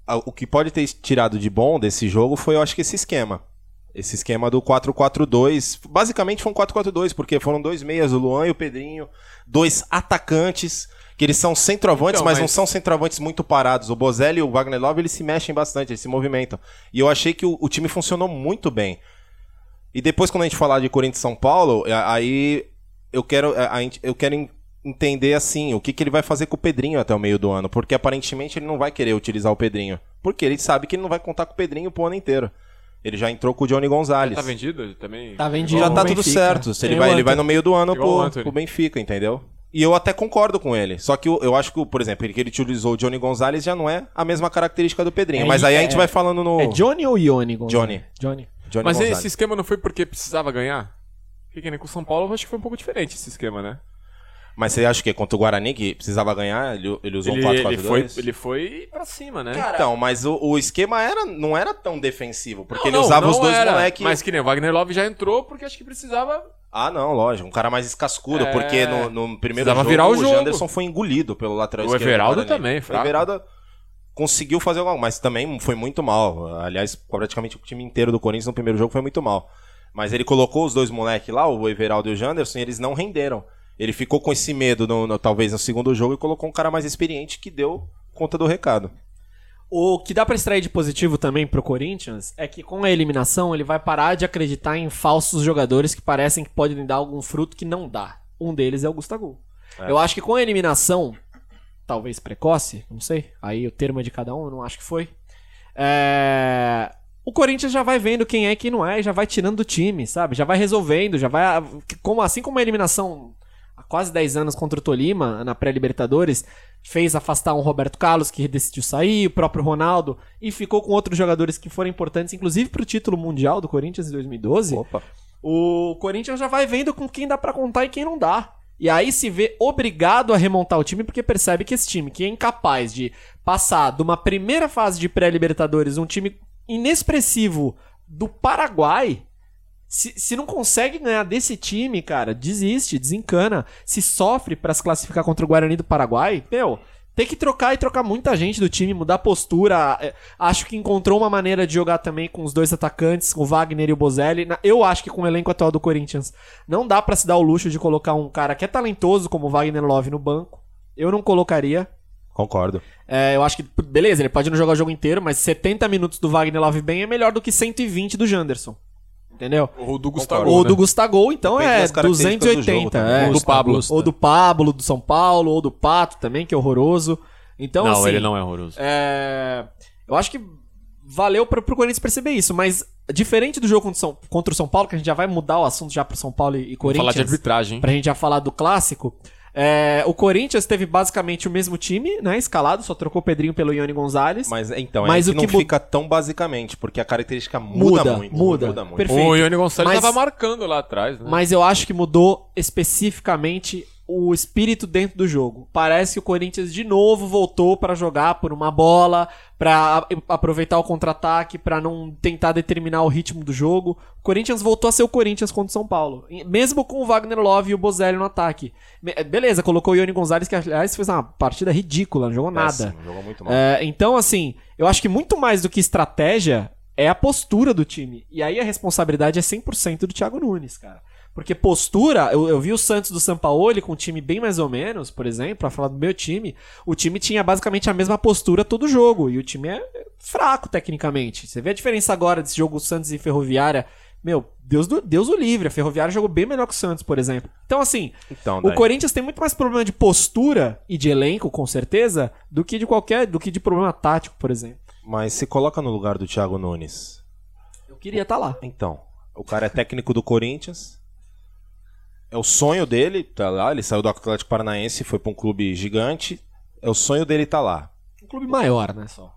a- o que pode ter tirado de bom desse jogo foi, eu acho que esse esquema. Esse esquema do 4-4-2. Basicamente foi um 4-4-2, porque foram dois meias, o Luan e o Pedrinho, dois atacantes, que eles são centroavantes,
Então,
mas, não
mas-
são centroavantes muito parados. O Bozelli e o Wagner Love, eles se mexem bastante, eles se movimentam. E eu achei que o, o time funcionou muito bem. E depois, quando a gente falar de Corinthians e São Paulo, a- aí eu quero, a- a gente- eu quero en- entender assim o que, que ele vai fazer com o Pedrinho até o meio do ano, porque aparentemente ele não vai querer utilizar o Pedrinho, porque ele sabe que ele não vai contar com o Pedrinho pro ano inteiro. Ele já entrou com o Johnny Gonzalez.
Tá vendido também?
Tá vendido.
já
igual
tá
o
tudo
Benfica.
certo. Se ele
Tem
vai,
o
ele vai
Antony.
no meio do ano
Igual o
pro,
Antony.
pro Benfica, entendeu? E eu até concordo com ele. Só que eu, eu acho que, por exemplo, ele que ele utilizou o Johnny Gonzalez já não é a mesma característica do Pedrinho.
É,
mas aí a gente
é-
vai falando no.
É Johnny ou Ione? Gonzalo?
Johnny.
Johnny.
Johnny
Mas
Gonzalez.
esse esquema não foi porque precisava ganhar? Porque que nem com o São Paulo, eu acho que foi um pouco diferente esse esquema, né?
Mas você acha que contra o Guarani, que precisava ganhar, ele, ele usou
Ele,
um 4-4-2?
ele foi, ele foi pra cima, né?
Então, mas o, o esquema era, não era tão defensivo, porque
Não,
ele
não,
usava
não
os dois
era,
moleques.
Mas que nem o Wagner Love já entrou porque acho que precisava.
Ah, não, lógico. Um cara mais escascudo,
É.
porque no, no primeiro
Precisava
jogo,
virar o jogo.
Anderson foi engolido pelo
O
lateral esquerdo. do
Everaldo
Guarani.
também, fraco.
O Everaldo conseguiu fazer alguma mas também foi muito mal. Aliás, praticamente o time inteiro do Corinthians no primeiro jogo foi muito mal. Mas ele colocou os dois moleques lá, o Everaldo e o Janderson, e eles não renderam. Ele ficou com esse medo, no, no- talvez, no segundo jogo e colocou um cara mais experiente que deu conta do recado.
O que dá pra extrair de positivo também pro Corinthians é que com a eliminação ele vai parar de acreditar em falsos jogadores que parecem que podem dar algum fruto que não dá. Um deles é o Gustavo.
É.
Eu acho que com a eliminação, talvez precoce, não sei, aí o termo é de cada um, eu não acho que foi. É, O Corinthians já vai vendo quem é e quem não é, e já vai tirando do time, sabe? Já vai resolvendo, já vai. Como, assim como a eliminação há quase 10 anos contra o Tolima, na pré-Libertadores, fez afastar um Roberto Carlos, que decidiu sair, o próprio Ronaldo, e ficou com outros jogadores que foram importantes, inclusive pro título mundial do Corinthians em 2012.
Opa.
O Corinthians já vai vendo com quem dá pra contar e quem não dá. E aí se vê obrigado a remontar o time porque percebe que esse time que é incapaz de passar de uma primeira fase de pré-libertadores, um time inexpressivo do Paraguai, se, se não consegue ganhar desse time, cara, desiste, desencana, se sofre pra se classificar contra o Guarani do Paraguai, meu, tem que trocar e trocar muita gente do time, mudar a postura. É, Acho que encontrou uma maneira de jogar também com os dois atacantes, com o Wagner e o Bozelli. Na- Eu acho que com o elenco atual do Corinthians não dá pra se dar o luxo de colocar um cara que é talentoso como o Wagner Love no banco. Eu não colocaria.
Concordo.
É, eu acho que, beleza, ele pode não jogar o jogo inteiro, mas 70 minutos do Wagner Love bem é melhor do que 120 do Janderson. Entendeu?
Ou do Gustavo.
ou
né?
do Gustavo, então
Depende
é
das características do jogo
280.
também.
é.
Ou do Pablo.
Ou do Pablo, do São Paulo, ou do Pato também, que é horroroso. Então,
não,
assim,
ele não é horroroso.
é, eu acho que valeu pra, pro Corinthians perceber isso, mas diferente do jogo contra o, São, contra o São Paulo, que a gente já vai mudar o assunto já pro São Paulo e, e
Vamos falar de
Corinthians,
arbitragem. hein?
pra gente já falar do clássico, é, o Corinthians teve basicamente o mesmo time, né, escalado, só trocou o Pedrinho pelo Ione Gonzalez.
Mas então,
Mas
é
o
que não
que mu-
fica tão basicamente, porque a característica muda,
Muda,
muito.
muda.
muito.
Perfeito.
O Ione Gonçalves
Mas-
tava marcando lá atrás, né?
Mas eu acho que mudou especificamente o espírito dentro do jogo. Parece que o Corinthians de novo voltou pra jogar por uma bola, pra a- aproveitar o contra-ataque, pra não tentar determinar o ritmo do jogo. O Corinthians voltou a ser o Corinthians contra o São Paulo, E- mesmo com o Wagner Love e o Bozelli no ataque. Me- Beleza, colocou o Ione Gonzalez que aliás fez uma partida ridícula, não jogou nada.
Péssimo, Jogou muito mal.
É, então, assim, eu acho que muito mais do que estratégia é a postura do time. E aí a responsabilidade é 100% do Thiago Nunes, cara. Porque postura, eu, eu vi o Santos do Sampaoli com um time bem mais ou menos, por exemplo, pra falar do meu time, o time tinha basicamente a mesma postura todo jogo. E o time é fraco tecnicamente. Você vê a diferença agora desse jogo Santos e Ferroviária. Meu, Deus, do, Deus o livre. A Ferroviária jogou bem melhor que o Santos, por exemplo. Então, assim,
Então,
o
Dani,
Corinthians tem muito mais problema de postura e de elenco, com certeza, do que de qualquer, do que de problema tático, por exemplo.
mas se coloca no lugar do Thiago Nunes.
Eu queria estar lá.
Então, o cara é técnico do Corinthians. É o sonho dele, tá lá. Ele saiu do Atlético Paranaense, foi pra um clube gigante. É o sonho dele tá lá.
Um clube maior, né, só.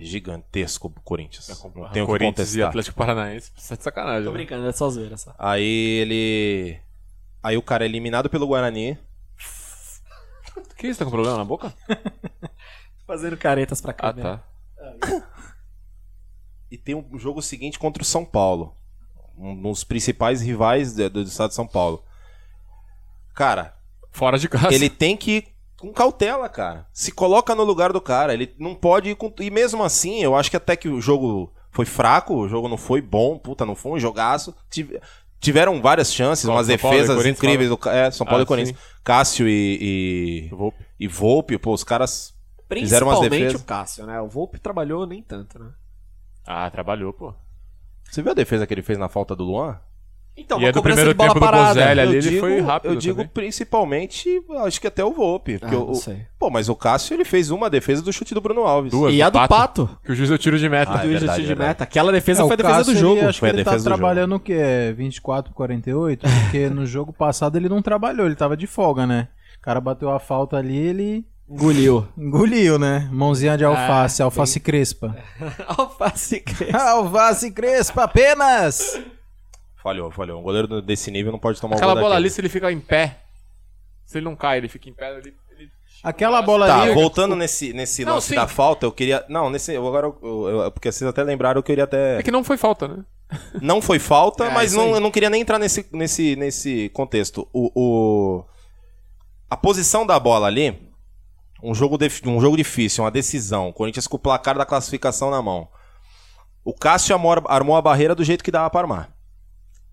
Gigantesco o Corinthians. Não
Ah,
Tá tem o que
Corinthians e
contestar.
Atlético Paranaense, precisa de sacanagem.
Tô
né?
brincando, é só zoeira, só.
Aí ele. Aí o cara é eliminado pelo Guarani.
Que isso, tá com problema na boca?
Fazendo caretas pra
Ah,
câmera.
tá.
E tem um jogo seguinte contra o São Paulo. Um dos principais rivais de- do estado de São Paulo. Cara,
Fora de casa.
Ele tem que ir com cautela, cara. Se coloca no lugar do cara. Ele não pode ir com. E mesmo assim, eu acho que até que o jogo foi fraco, o jogo não foi bom, puta, não foi um jogaço. Tive- Tiveram várias chances,
São
umas
Paulo e
defesas
Corinthians,
incríveis do. Ca- É, São Paulo
Ah,
e Corinthians. Cássio e,
Eu vou-
e, e Volpe, pô, os caras. Fizeram umas
Principalmente
defesas.
o Cássio, né? O Volpe trabalhou nem tanto, né?
Ah, trabalhou, pô.
Você viu a defesa que ele fez na falta do Luan?
Então,
E
uma
é do
cobrança
primeiro
de bola
tempo do
parada.
Bozelli
Eu
ali. ele
digo-
foi rápido
Eu digo
também.
principalmente, acho que até o Volpe.
Ah,
porque o-
não sei.
Pô, mas o Cássio ele fez uma defesa do chute do Bruno Alves.
Duas.
E a do Pato,
Que o juiz eu tiro de meta.
Ah, é
do Ija
verdade,
tiro de
verdade.
meta. Aquela defesa
É, o
foi a defesa
Cássio,
do jogo.
Ele, acho
Foi a
que ele tá
defesa do jogo.
trabalhando o quê? 24 48? Porque no jogo passado ele não trabalhou, ele tava de folga, né? O cara bateu a falta ali, ele
Engoliu.
engoliu, né? Mãozinha de
Ah,
alface, alface crespa.
Alface Crespo.
alface crespa apenas!
Falhou, falhou. Um goleiro desse nível não pode tomar
Aquela
o gol
bola
daquele.
ali, se ele fica em pé. Se ele não cai, ele fica em pé, ele. ele...
Aquela bola
Tá,
ali,
voltando nesse, nesse
Não,
lance
sim.
da falta, eu queria. Não, nesse. eu- Agora, eu- eu- eu- porque vocês até lembraram, eu queria até.
É que não foi falta, né?
Não foi falta,
É,
mas
isso
não,
aí.
eu não queria nem entrar nesse, nesse, nesse contexto. O, o- A posição da bola ali, um jogo, dif- um jogo difícil, uma decisão. O Corinthians com o placar da classificação na mão. O Cássio amor- armou a barreira do jeito que dava pra armar.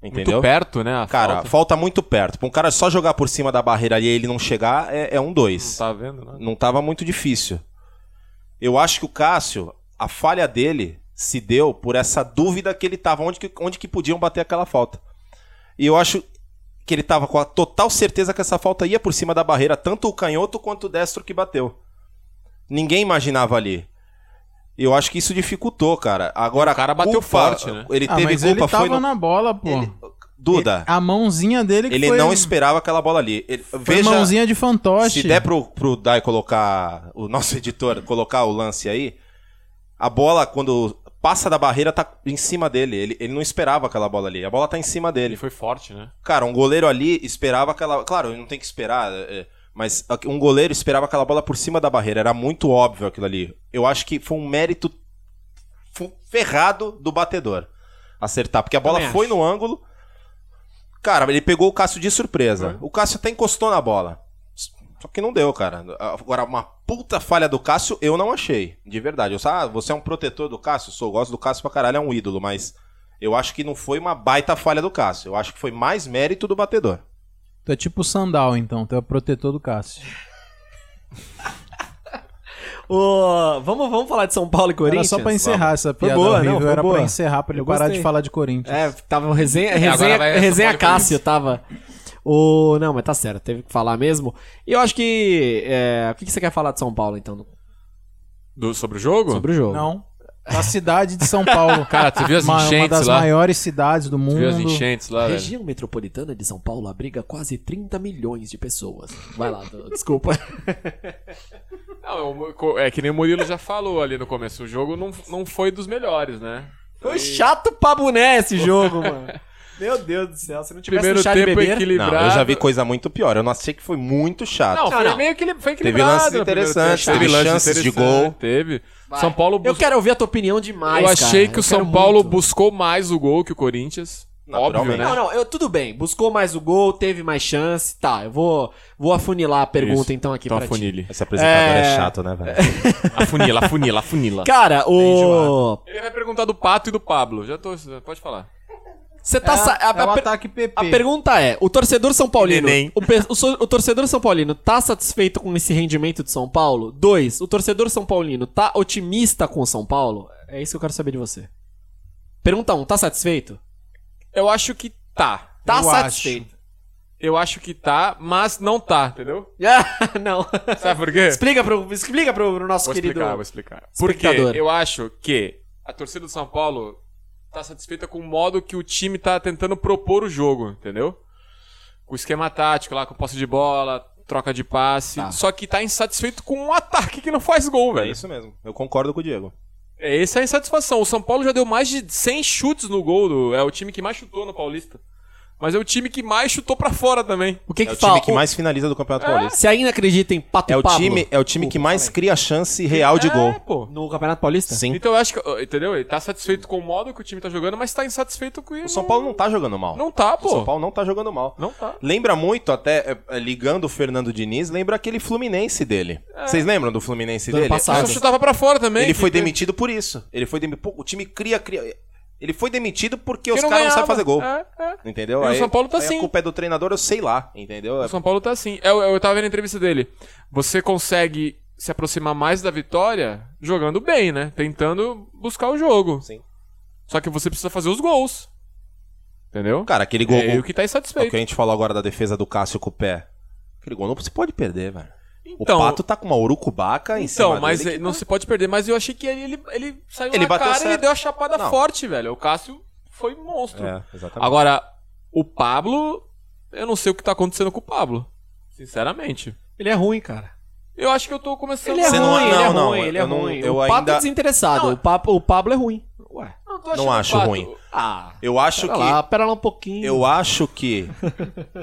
Entendeu?
Muito perto, né? a
Cara,
falta.
falta. muito perto. Pra um cara só jogar por cima da barreira ali e ele não chegar, é, é um dois
não tá vendo, né?
não tava muito difícil. Eu acho que o Cássio, a falha dele se deu por essa dúvida que ele tava, onde que, onde que podiam bater aquela falta. E eu acho que ele tava com a total certeza que essa falta ia por cima da barreira, tanto o canhoto quanto o destro que bateu. Ninguém imaginava ali. Eu acho que isso dificultou, cara. Agora
O cara bateu
culpa-
forte, né?
Ele
Ah,
teve
mas
culpa,
ele tava
foi no...
na bola, pô.
Ele- Duda.
A mãozinha dele que
Ele
foi, um-
não esperava aquela bola ali. Ele-
foi
Veja,
mãozinha de fantoche.
se der pro, pro Dai colocar, o nosso editor, colocar o lance aí, a bola, quando passa da barreira, tá em cima dele. Ele, ele não esperava aquela bola ali. A bola tá em cima
Ele
dele.
foi forte, né?
Cara, um goleiro ali esperava aquela. Claro, ele não tem que esperar, é, é, mas um goleiro esperava aquela bola por cima da barreira. Era muito óbvio aquilo ali. Eu acho que foi um mérito fu- ferrado do batedor acertar, porque a bola
Também
foi
acho.
no ângulo. Cara, ele pegou o Cássio de surpresa.
Uhum.
O Cássio até encostou na bola. Só que não deu, cara. Agora, uma puta falha do Cássio, eu não achei. De verdade. Eu sei, ah, você é um protetor do Cássio? Sou, gosto do Cássio pra caralho, é um ídolo, mas eu acho que não foi uma baita falha do Cássio. Eu acho que foi mais mérito do batedor.
Tu é tipo o Sandal, então. Tu é o protetor do Cássio.
Ô, vamos, vamos falar de São Paulo e
Era
Corinthians?
só pra encerrar essa
Foi
piada
boa,
horrível.
não, foi
Era
boa.
pra encerrar, pra ele
Eu
parar
gostei.
de falar de Corinthians.
É, tava o resenha, resenha,
agora vai
resenha
São Paulo e
Cássio, tava. O, não, mas tá certo, teve que falar mesmo. E eu acho que. é, o que, que você quer falar de São Paulo, então?
Do- sobre o jogo?
Sobre o jogo.
É. Não. Na cidade de São Paulo.
Cara, tu viu as
uma, uma
enchentes
das
lá?
maiores cidades do
Tu
mundo.
viu as enchentes
A
lá, velho?
região metropolitana de São Paulo abriga quase 30 milhões de pessoas. Vai lá, Dudu, desculpa.
Não, o Mu- co- é que nem o Murilo já falou ali no começo. O jogo não, não foi dos melhores, né?
Foi chato pra boné esse jogo, mano. Meu Deus do céu, se não tivesse
Primeiro
deixado de
tempo
beber-
equilibrado.
Não, eu já vi coisa muito pior. Eu não achei que foi muito chato.
Não, foi
Não, não.
meio equili- foi equilibrado.
Teve lances
no primeiro
interessantes,
tempo.
teve chances de
interessantes,
gol.
Teve.
Vai.
São Paulo
Eu
bus-
quero ouvir a tua opinião demais,
Eu achei
cara.
que o
Eu
São
quero
Paulo
muito.
buscou mais o gol que o Corinthians. Óbvio,
Naturalmente.
né?
Não, não, eu, tudo bem. Buscou mais o gol, teve mais chance. Tá, eu vou, vou afunilar a pergunta
Isso.
então aqui
Então
pra ti.
afunile.
Esse apresentador é...
É.
chato, né, velho?
Afunila, afunila, afunila.
Cara, o.
Ele vai perguntar do Pato e do Pablo. Já tô. Pode falar.
Você tá. sa- a-
É, é o
a per-
ataque PP.
A pergunta é: o torcedor São Paulino.
Neném.
O, pe- o so- o torcedor São Paulino tá satisfeito com esse rendimento de São Paulo? Dois, o torcedor São Paulino tá otimista com o São Paulo? É isso que eu quero saber de você. Pergunta um, tá satisfeito?
Eu acho que tá.
Tá
Eu
satisfeito.
Eu acho que tá, mas não tá, entendeu?
Ah, não.
Sabe por
É.
quê?
explica pro, explica pro, pro nosso
Vou
querido.
explicar, vou explicar. Porque
espectador.
eu acho que a torcida do São Paulo tá satisfeita com o modo que o time tá tentando propor o jogo, entendeu? Com o esquema tático lá, com posse de bola, troca de passe.
Tá.
Só que tá insatisfeito com um ataque que não faz gol,
é
velho.
isso mesmo. Eu concordo com o Diego.
É essa é a insatisfação. O São Paulo já deu mais de 100 chutes no gol. do- é o time que mais chutou no Paulista. Mas é o time que mais chutou pra fora também.
O que
É
que
o
fala?
time que mais finaliza do Campeonato Paulista.
Você ainda acredita em Pato
É o
Pablo
time, é o time que mais cria chance real de
É,
gol.
pô.
no Campeonato Paulista?
Sim.
Então eu acho que, ó, entendeu? Ele tá satisfeito com o modo que o time tá jogando, mas tá insatisfeito com ele.
O São Paulo não tá jogando mal.
Não tá, pô.
O São Paulo não tá jogando mal.
Não tá.
Lembra muito, até é, é, ligando o Fernando Diniz, lembra aquele Fluminense dele. Vocês lembram do Fluminense
Do ano
dele?
passado.
Só chutava pra fora também.
Ele foi
que-
demitido por isso. Ele foi demitido. O time cria, cria. Ele foi demitido
que
porque os caras não
ganhava.
sabem fazer gol.
É, é.
Entendeu?
E o
Aí-
São Paulo tá
aí
assim.
A culpa é do treinador, eu sei lá. Entendeu? É
O São Paulo tá assim. Eu, eu tava vendo a entrevista dele. Você consegue se aproximar mais da vitória jogando bem, né? Tentando buscar o jogo.
Sim.
Só que você precisa fazer os gols. Entendeu?
Cara, aquele gol.
é o que tá
é o
insatisfeito.
que a gente falou agora da defesa do Cássio com o pé. Aquele gol não se pode perder, velho.
Então-
o Pato tá com uma urucubaca em
Então,
cima
mas
dele que tá-
ele- não se pode perder. Mas eu achei que ele, ele, ele saiu
Ele
na
bateu
cara e
certo.
deu a chapada
Não.
forte, velho. O Cássio foi monstro.
É, exatamente.
Agora, o Pablo... Eu não sei o que tá acontecendo com o Pablo. Sinceramente.
Ele é ruim, cara.
Eu acho que eu tô começando...
Ele é
Você não-
ruim, ele é
não, não,
ruim, ele é
eu não-
ruim.
eu
o Pato
ainda-
é desinteressado. O, Papo- o Pablo é ruim. Ué.
Não, tô achando
Não acho
o Pato-
ruim.
Ah.
Eu acho
Pera
que.
lá, pera lá um pouquinho.
Eu acho que.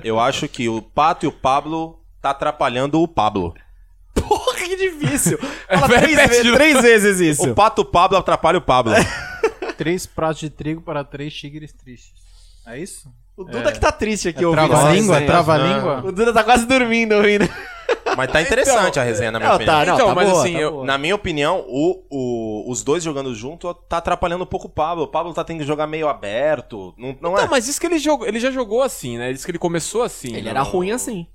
Eu acho que o Pato e o Pablo tá atrapalhando o Pablo.
Porra, que difícil. Fala
Repete
três, ve-
de novo.
três vezes
O
isso.
Pato Pablo atrapalha o Pablo.
Três pratos de trigo para três tigres tristes. É isso?
O Duda que tá triste aqui ouvindo essa
Trava-língua?
resenha.
Trava-língua?
O Duda tá quase dormindo ouvindo.
Mas tá interessante a resenha, na minha
Não,
opinião.
tá, não,
Então,
tá
mas
boa,
assim,
tá
eu-
boa.
Na minha opinião, o, o- os dois jogando junto tá atrapalhando um pouco o Pablo. O Pablo tá tendo que jogar meio aberto. Não, não
Não,
é?
mas isso que ele jogou, ele já jogou assim, né? Isso que ele começou assim.
Ele
né?
era ruim assim.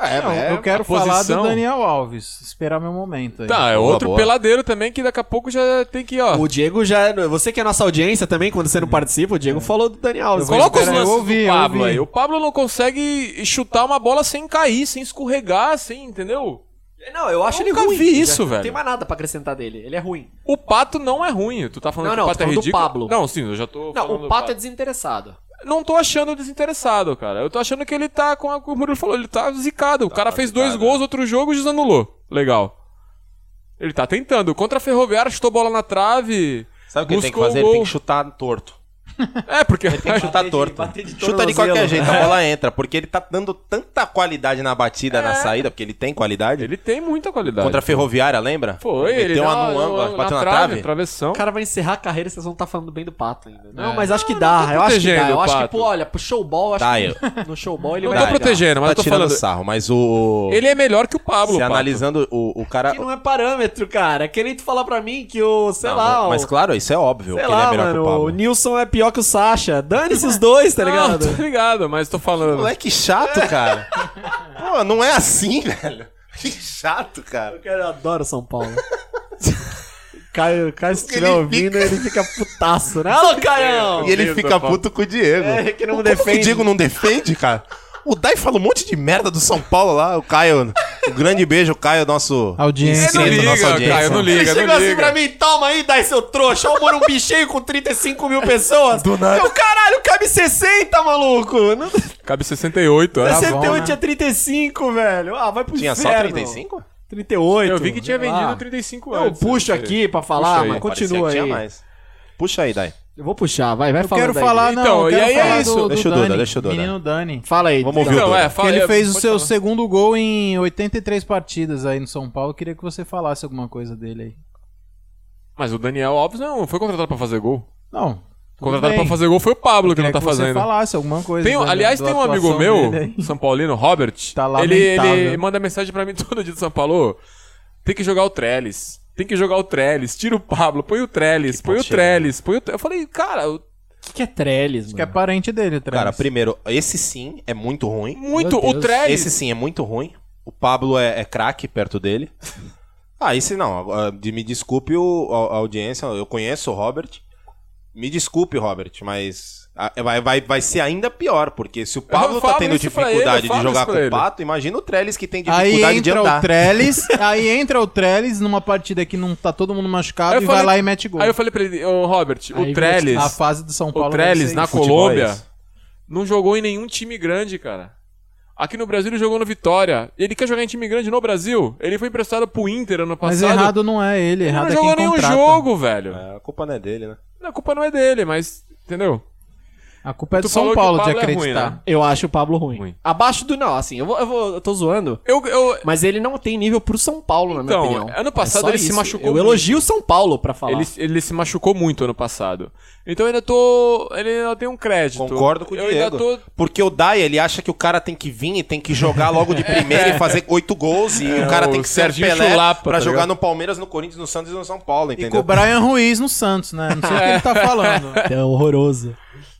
É,
Não,
é,
eu quero
a
falar
posição-
do Daniel Alves. Esperar meu momento aí.
Tá, é
Boa,
outro
boa.
peladeiro também que daqui a pouco já tem que, ó.
O Diego já. Você que é nossa audiência também, quando você não participa, o Diego falou do Daniel Alves.
Eu vou
Coloca os
esperar, eu
lances
ouvi,
do
eu
Pablo
ouvi.
aí. O Pablo não consegue chutar uma bola sem cair, sem escorregar, sem, entendeu?
Não, eu acho
Eu
ele
nunca
ruim.
vi isso,
Não
velho.
tem mais nada pra acrescentar dele. Ele é ruim.
O Pato não é ruim. Tu tá falando
Não,
que
não,
o
tô
Pato é
falando do
ridículo?
Pablo.
Não, sim, eu já tô
Não,
falando do
o Pato é desinteressado.
Não tô achando desinteressado, cara. Eu tô achando que ele tá com a... como o Murilo falou, ele tá zicado. o cara fez dois
zicado, é.
gols, outro jogo, e anulou. Legal. Ele tá tentando. Contra a Ferroviária, chutou bola na trave.
Sabe o que ele tem que
buscou
fazer?
o
Ele tem
gol.
que chutar torto.
É, porque...
Ele tem que chutar
de-
torto.
bater de
Chuta de
tornozelo.
qualquer jeito, a bola entra. Porque ele tá dando tanta qualidade na batida, na saída, porque ele tem qualidade.
ele tem muita qualidade.
Contra a Ferroviária, lembra?
Foi, ele
Meteu uma
dá-
no ângulo, bateu na, trave.
Travessão.
O cara vai encerrar a carreira e vocês vão estar falando bem do Pato ainda. né? Não,
É.
mas acho que dá.
tô
Eu acho que dá.
protegendo
Eu
o
acho que,
Pato.
pô, olha, pro showball, eu acho
Tá,
que no showball ele
Não
vai
tô
dar.
protegendo, mas
tá
eu tô
tirando
falando...
sarro, mas o...
Ele é melhor que o Pablo,
se
Pato.
analisando o, o cara...
Que não é parâmetro, cara. é Querendo falar pra mim que o, sei
Não,
lá,
não,
o-
Mas claro, isso é óbvio
sei
que ele
lá,
é melhor
mano,
que o Pablo.
o Nilson é pior que o Sasha. Dane-se os dois, tá ligado?
Não, Ah, tô ligado, mas tô falando...
Moleque chato, cara. Pô, não é assim, velho. Que chato, cara.
Eu quero- eu adoro São Paulo. Caio, Caio, se estiver
ele
ouvindo, ele fica putaço, né? Alô, Caião!
E ele
Deus,
fica
eu falo.
puto com o Diego.
É, que não
Como
defende.
o Diego não defende, cara? O Dai fala um monte de merda do São Paulo lá, o Caio. Um grande beijo, Caio, nosso
Ah,
Audiência.
inscrito,
Ele não
nossa
liga,
audiência.
Caio, não liga.
Ele chegou assim
liga.
pra mim, toma aí, dai seu trouxa. Olha o Morumbi cheio com 35 mil pessoas.
Do nada.
Eu, caralho, cabe 60, maluco. Não,
Cabe 68, é.
Tá bom,
68
né?
tinha 35, velho. Ah, vai pro
Tinha só
inferno.
35?
38.
Eu vi que tinha
sei
vendido
lá.
35
Eu
antes.
puxo
né?
aqui pra falar,
Puxa aí.
mas continua
Parecia que
aí.
tinha mais. Puxa aí, Dai.
Eu vou puxar, vai, vai
Eu
falando
quero
aí.
falar, não.
Então,
eu
e
quero
aí é
falar do-
isso.
do
Deixa o Duda,
Dani,
deixa o Duda.
Menino Dani.
Fala aí.
Vamos
Duda.
ouvir o
Não,
Duda.
é, fala,
ele
é,
fez o
pode
seu
falar.
segundo gol em 83 partidas aí no São Paulo. Eu queria que você falasse alguma coisa dele aí.
Mas o Daniel Alves não foi contratado pra fazer gol.
Não. tudo
Contratado
bem.
pra fazer gol foi o Pablo que
Queria
não tá
que você
fazendo.
falasse alguma coisa.
Tem um-
da-
aliás,
da
tem um amigo
atuação
meu,
dele aí.
São Paulino, Robert.
Tá
ele,
lamentável.
ele manda mensagem pra mim todo dia de São Paulo. "Ô, Tem que jogar o Trellis. Tem que jogar o Trellis. Tira o Pablo, põe o Trellis, põe o
pontinha.
Trellis, põe o Tre-". Eu falei, cara, o-
O que, que é Trellis,
Que é
mano?
parente dele, Trans.
Cara, primeiro, esse sim é muito ruim.
muito.
Meu
O
Deus.
Trellis.
Esse sim é muito ruim. O Pablo é, é craque perto dele. Ah, esse não. agora, de- Me desculpe o, a, a audiência, eu conheço o Robert. Me desculpe, Robert, mas ah, vai, vai, vai ser ainda pior, porque se o Pablo tá
falo
tendo
isso pra ele,
dificuldade
eu falo
de jogar
isso pra
com o
ele.
Pato, imagina o Trellis que tem
Aí
dificuldade de
entra o
andar.
Trellis, aí entra o Trellis numa partida que não tá todo mundo machucado
Aí eu
e
falei-
vai lá e mete gol.
Aí eu falei pra ele, ô Robert,
Aí
o Trellis.
A fase do São
O
Paulo.
Trellis na
Futebol é
Colômbia
isso.
não jogou em nenhum time grande, cara. Aqui no Brasil ele jogou no Vitória. Ele quer jogar em time grande no Brasil. Ele foi emprestado pro Inter ano
Mas
passado.
errado não é ele,
ele
errado
não
é
jogou
quem
nenhum
contrata.
jogo, velho.
É, a culpa não é dele, né?
A culpa não é dele, mas. Entendeu?
A culpa é do
Tu falou
São
que o
Paulo de
Pablo é ruim,
acreditar.
né?
Eu acho o Pablo ruim.
Ruim.
Abaixo do. Não, assim, eu, vou, eu, vou, eu tô zoando.
Eu, eu-
Mas ele não tem nível pro São Paulo, na
Então,
minha opinião. É
ano passado
só
ele se machucou
Eu
muito.
elogio o São Paulo pra falar.
ele, ele se machucou muito ano passado. Então eu ainda tô. Ele ainda tem um crédito.
Concordo com o
eu Ainda
Diego.
tô...
Porque o Dai, ele acha que o cara tem que vir e tem que jogar logo de primeira e fazer oito gols. E
É,
o cara
o
tem que ser
Serginho
Pelé
Chulapa,
pra
tá
jogar
ligado?
no Palmeiras, no Corinthians, no Santos e no São Paulo,
E
entendeu?
com o Brian Ruiz no Santos, né? Não sei o que ele tá falando.
É horroroso.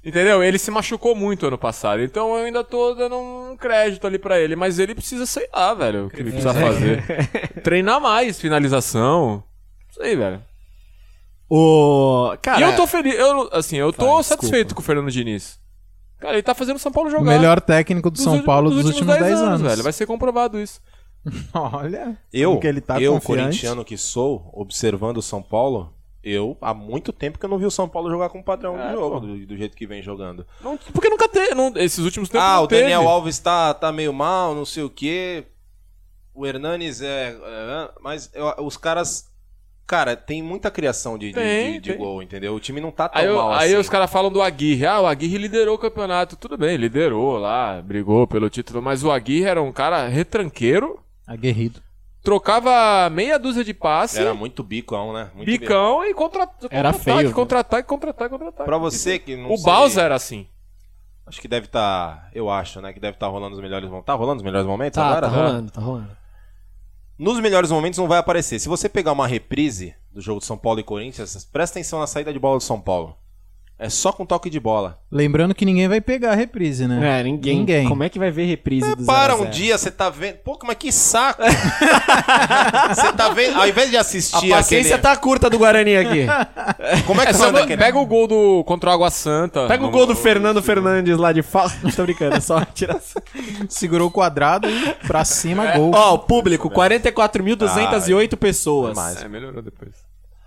Entendeu? Ele se machucou muito ano passado. Então eu ainda tô dando um crédito ali pra ele. Mas ele precisa, sei lá, velho, o que ele
É.
precisa fazer. Treinar mais, finalização. Isso aí, velho.
O. Cara.
e eu tô feliz. Eu, assim, eu tô
Tá,
satisfeito com o Fernando Diniz. Cara, ele tá fazendo o São Paulo
O
jogar.
melhor técnico do
Dos
São
ulti-
Paulo dos últimos 10 anos.
velho. Vai ser comprovado isso.
Olha.
Eu,
Porque ele tá
eu
confiante.
corintiano que sou, observando o São Paulo, eu há muito tempo que eu não vi o São Paulo jogar com um padrão
É,
de jogo,
pô.
do, do jeito que vem jogando.
Não- porque nunca teve. não- esses últimos tempos.
Ah,
não
o Daniel
teve.
Alves tá, tá meio mal, não sei o quê. O Hernanes é. é, mas eu- os caras. Cara, tem muita criação de, de-
Tem,
de- de
tem.
gol, entendeu? O time não tá tão
Aí, eu-
mal
aí
assim.
os caras falam do Aguirre. Ah, o Aguirre liderou o campeonato. Tudo bem, liderou lá, brigou pelo título. Mas o Aguirre era um cara retranqueiro,
Aguerrido.
trocava meia dúzia de passes,
Era muito bicão, né? Muito bicão.
bicão e contra,
Era
contra-ataque,
feio, né?
contra-ataque, contra-ataque, contra-ataque.
Pra você que não
o
sei-
Bausa era assim.
Acho que deve estar. eu acho, né? Que deve estar rolando os melhores momentos. Tá rolando os melhores momentos
Tá,
agora?
tá rolando, tá rolando.
Nos melhores momentos não vai aparecer. Se você pegar uma reprise do jogo de São Paulo e Corinthians, presta atenção na saída de bola do São Paulo. É só com toque de bola.
Lembrando que ninguém vai pegar a reprise, né?
É, ninguém.
Ninguém.
Como é que vai ver reprise do 0
Para
a
um
0?
dia, você tá vendo. Pô, mas que saco! você tá vendo. Ao invés de
A
assistir
paciência
aquele.
tá curta do Guarani aqui.
Como é que
É só
manda
não-
aquele?
pega o gol do contra o Água Santa.
Pega o
No-
gol do Fernando Fernandes lá de fala. Tô brincando, é só tirar.
Segurou o quadrado e pra cima, gol.
Ó, o público, 44.208 pessoas.
demais.
É, melhorou depois.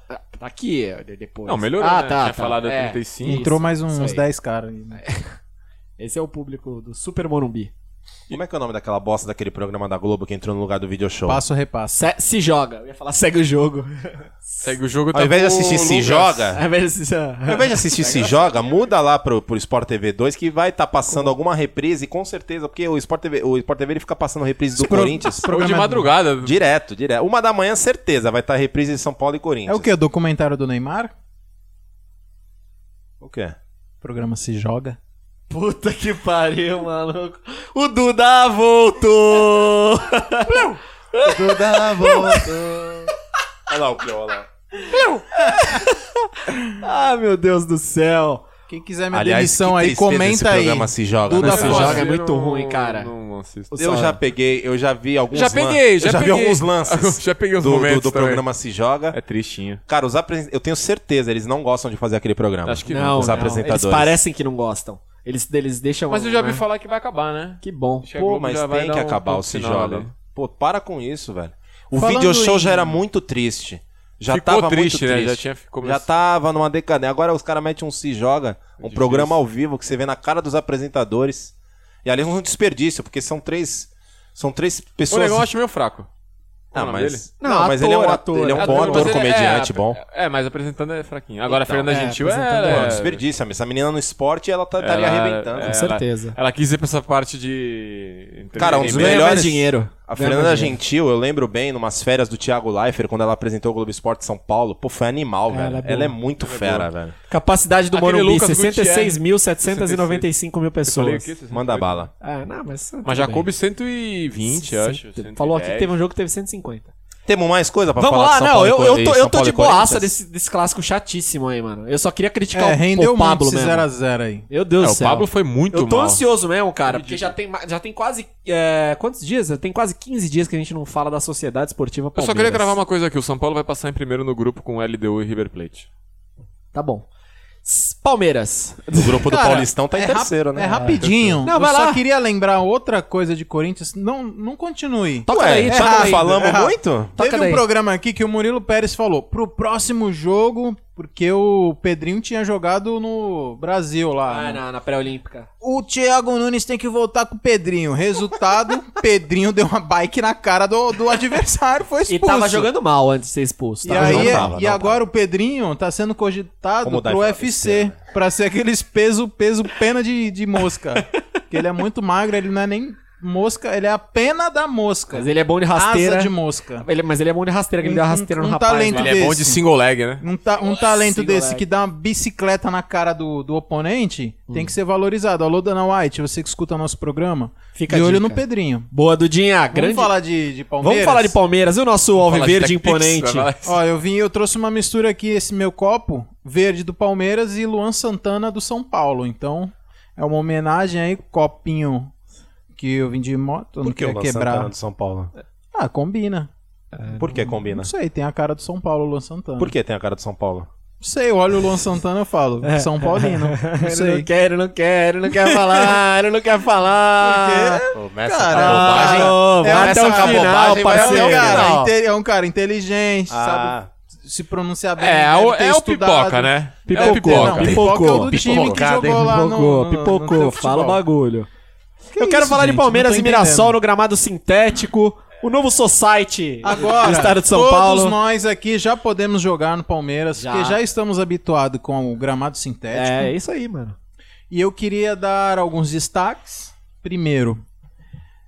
Tá aqui é, de- depois.
Não, melhorou.
Ah,
né?
tá.
Tinha
tá.
falado
É,
35.
Entrou
isso,
mais
isso
uns
aí.
10 caras. aí, né?
Esse é o público do Super Morumbi.
Como é que é o nome daquela bosta daquele programa da Globo que entrou no lugar do video show?
Passo, repasso.
Se, se joga. Eu ia falar segue o jogo.
Segue o jogo tá
Ao invés de
com o
assistir Se
Lucas.
Joga,
Ao invés de-
ao invés de assistir Se Joga, muda lá pro, pro Sport TV 2 que vai estar passando alguma reprise, com certeza, porque o Sport TV, o Sport TV ele fica passando reprise do
Pro-
Corinthians.
Pro-
Ou de
Programa-
madrugada.
Direto, direto. Uma da manhã, certeza, vai estar reprise de São Paulo e
É
Corinthians.
o que? O documentário do Neymar?
O quê?
O programa se joga.
Puta que pariu, maluco. O Duda voltou!
Duda voltou. Olha lá o Pio, olha lá.
ah, meu Deus do céu.
Quem quiser É minha demissão aí,
esse
comenta aí.
programa se joga.
Duda
né?
Se
Eu
Joga
assisto,
é muito
eu
ruim, cara.
Não assisto.
Eu já peguei, eu já vi alguns
Já
lan-
peguei, já
eu já vi
peguei.
alguns lances
Já peguei
do,
os
do-
momentos
do
também.
programa Se Joga.
É tristinho.
Cara, os apresen... eu tenho certeza, eles não gostam de fazer aquele programa.
Acho que
Não,
os
não.
apresentadores.
Eles parecem que não gostam. Eles, eles deixam.
Mas eu já
né?
ouvi falar que vai acabar, né?
Que bom.
Acho que a
Pô,
Globo
mas
já vai
tem que
dar um
acabar o
ponto
Se
final
Joga.
ali.
Pô, para com isso, velho. O
Falando
video show
em-
já era muito triste. Já
Ficou
tava
triste,
muito
né?
triste.
Já tinha- ficou-
Já tava numa decadência. Agora os caras metem um Se Joga, um
É Difícil.
programa ao vivo que você vê na cara dos apresentadores. E ali é um desperdício, porque são três. São três
O
pessoas.
negão eu acho meio fraco.
Ah,
é o nome dele?
mas, não,
Não,
mas
ator,
ele é um,
ator.
ator, ele é um bom
Ator,
ator,
Ah, mas ele-
comediante
é,
bom.
É, mas apresentando é fraquinho. Agora,
Então,
a Fernanda
é,
Gentil é...
apresentando
Pô, um
é
desperdício. Essa menina no esporte, ela tá-
ela-
estaria arrebentando.
é,
Com certeza.
Ela, ela quis ir pra essa parte de...
Cara, um dos
Ganha
melhores-
mais dinheiro.
A
Ganha
Fernanda
mais dinheiro.
Gentil, eu lembro bem, numas férias do Thiago Leifert, quando ela apresentou o Globo Esporte São Paulo, pô, foi animal,
É,
velho.
ela
Ela
é
é,
boa.
muito fera, velho.
Capacidade do
Aquele
Morumbi,
Lucas Gutierrez.
66.795 mil
Falei o
pessoas.
quê? 60?
Manda bala.
Ah, não, mas.
Mas já coube 120, eu acho.
Cento- Falou aqui que
110.
teve um jogo que teve 150.
Temos mais coisa pra
Vamos
falar
lá,
de São
não,
Paulo e
eu,
Cor-
eu
e
tô,
São
eu tô
Paulo
de
e Corinthians?
boaça desse, desse clássico chatíssimo aí, mano. Eu só queria criticar
É,
o-
rendeu
o Pablo
muito esse
mesmo.
0x0 aí.
Meu Deus
É,
do
o
céu.
Pablo foi muito
eu tô
mal.
ansioso mesmo, cara, porque já tem, ma- já tem quase. é, quantos dias? Tem quase 15 dias que a gente não fala da Sociedade Esportiva
Eu
Palmeiras.
só queria gravar uma coisa aqui. O São Paulo vai passar em primeiro no grupo com LDU e River Plate.
Tá bom. S- Palmeiras.
O grupo do
Cara,
Paulistão tá em
é rap-
terceiro, né?
É rapidinho.
Não,
eu
vai
só
lá.
queria lembrar outra coisa de Corinthians. Não, não continue.
Toca
Ué,
daí,
já
toca
não
daí.
falamos
É rap-
muito?
Toca
Teve um
daí.
programa aqui que o Murilo Pérez falou pro próximo jogo, porque o Pedrinho tinha jogado no Brasil lá.
Ah,
né?
na, na pré-olímpica.
O Thiago Nunes tem que voltar com o Pedrinho. Resultado, Pedrinho deu uma bike na cara do, do adversário, foi
E
expulso.
tava jogando mal antes de ser expulso.
E
Tava
aí,
jogando
não
mal.
tava,
e
não
agora o Pedrinho tá sendo cogitado
Vamos mudar
pro
de-
UFC, pra ser aqueles peso, peso, pena de, de mosca. Porque ele é muito magro, ele não é nem mosca, ele é a pena da mosca.
Mas ele é bom de
Asa
rasteira.
de mosca.
Ele- mas ele é bom de rasteira, que ele
Um-
deu a rasteira
um-
no
um
rapaz.
talento
lá.
Ele é bom
Desse.
de single leg, né?
Um, ta- um talento
Sim,
desse
moleque.
que dá uma bicicleta na cara do, do oponente
Hum.
tem que ser valorizado. Alô, Dana White, você que escuta nosso programa,
Fica
de
a
olho
dica.
no Pedrinho.
Boa, Dudinha. grande...
Vamos falar de, de Palmeiras?
Vamos falar de Palmeiras. E o nosso alviverde
Falar de Tech Pix,
imponente.
vai falar-
Ó, eu vim, eu trouxe uma mistura aqui, esse meu copo, verde do Palmeiras e Luan Santana do São Paulo. Então, é uma homenagem aí, copinho que eu vim de moto, não
Por que o
queria
Luan
quebrar.
Santana do São Paulo?
Ah, combina.
É,
Por que combina?
Não sei, tem a cara do São Paulo, Luan Santana.
Né? Por que tem a cara do São Paulo?
Não sei, eu olho o Luan Santana e falo, São Paulino. Não
Eu É. não
sei.
quero, não quero, não quero falar, eu não quero falar.
Começa
Cara,
Ah, ô,
é
vai até
essa
o
cabobagem,
final,
vai
É um
parceiro.
Sim,
cara,
Não.
inte- é um cara inteligente, sabe
Ah,
se pronunciar bem.
É, é
deve
o,
ter
é o
estudado.
pipoca, né? É o
Pipocou,
pipoca.
Não, pipoca é o
Pipocou,
do time que
pipocada,
jogou lá no-
Pipocou,
no- no
pipocou,
futebol.
fala o bagulho. eu
isso,
quero falar de
gente?
Palmeiras
Não tô
e Mirassol
entendendo.
no gramado sintético, o novo Society
Agora,
do estado de São
todos
Paulo.
nós aqui já podemos jogar no Palmeiras,
Já.
porque já estamos habituados com o gramado sintético.
É, é isso aí, mano.
E eu queria dar alguns destaques. Primeiro,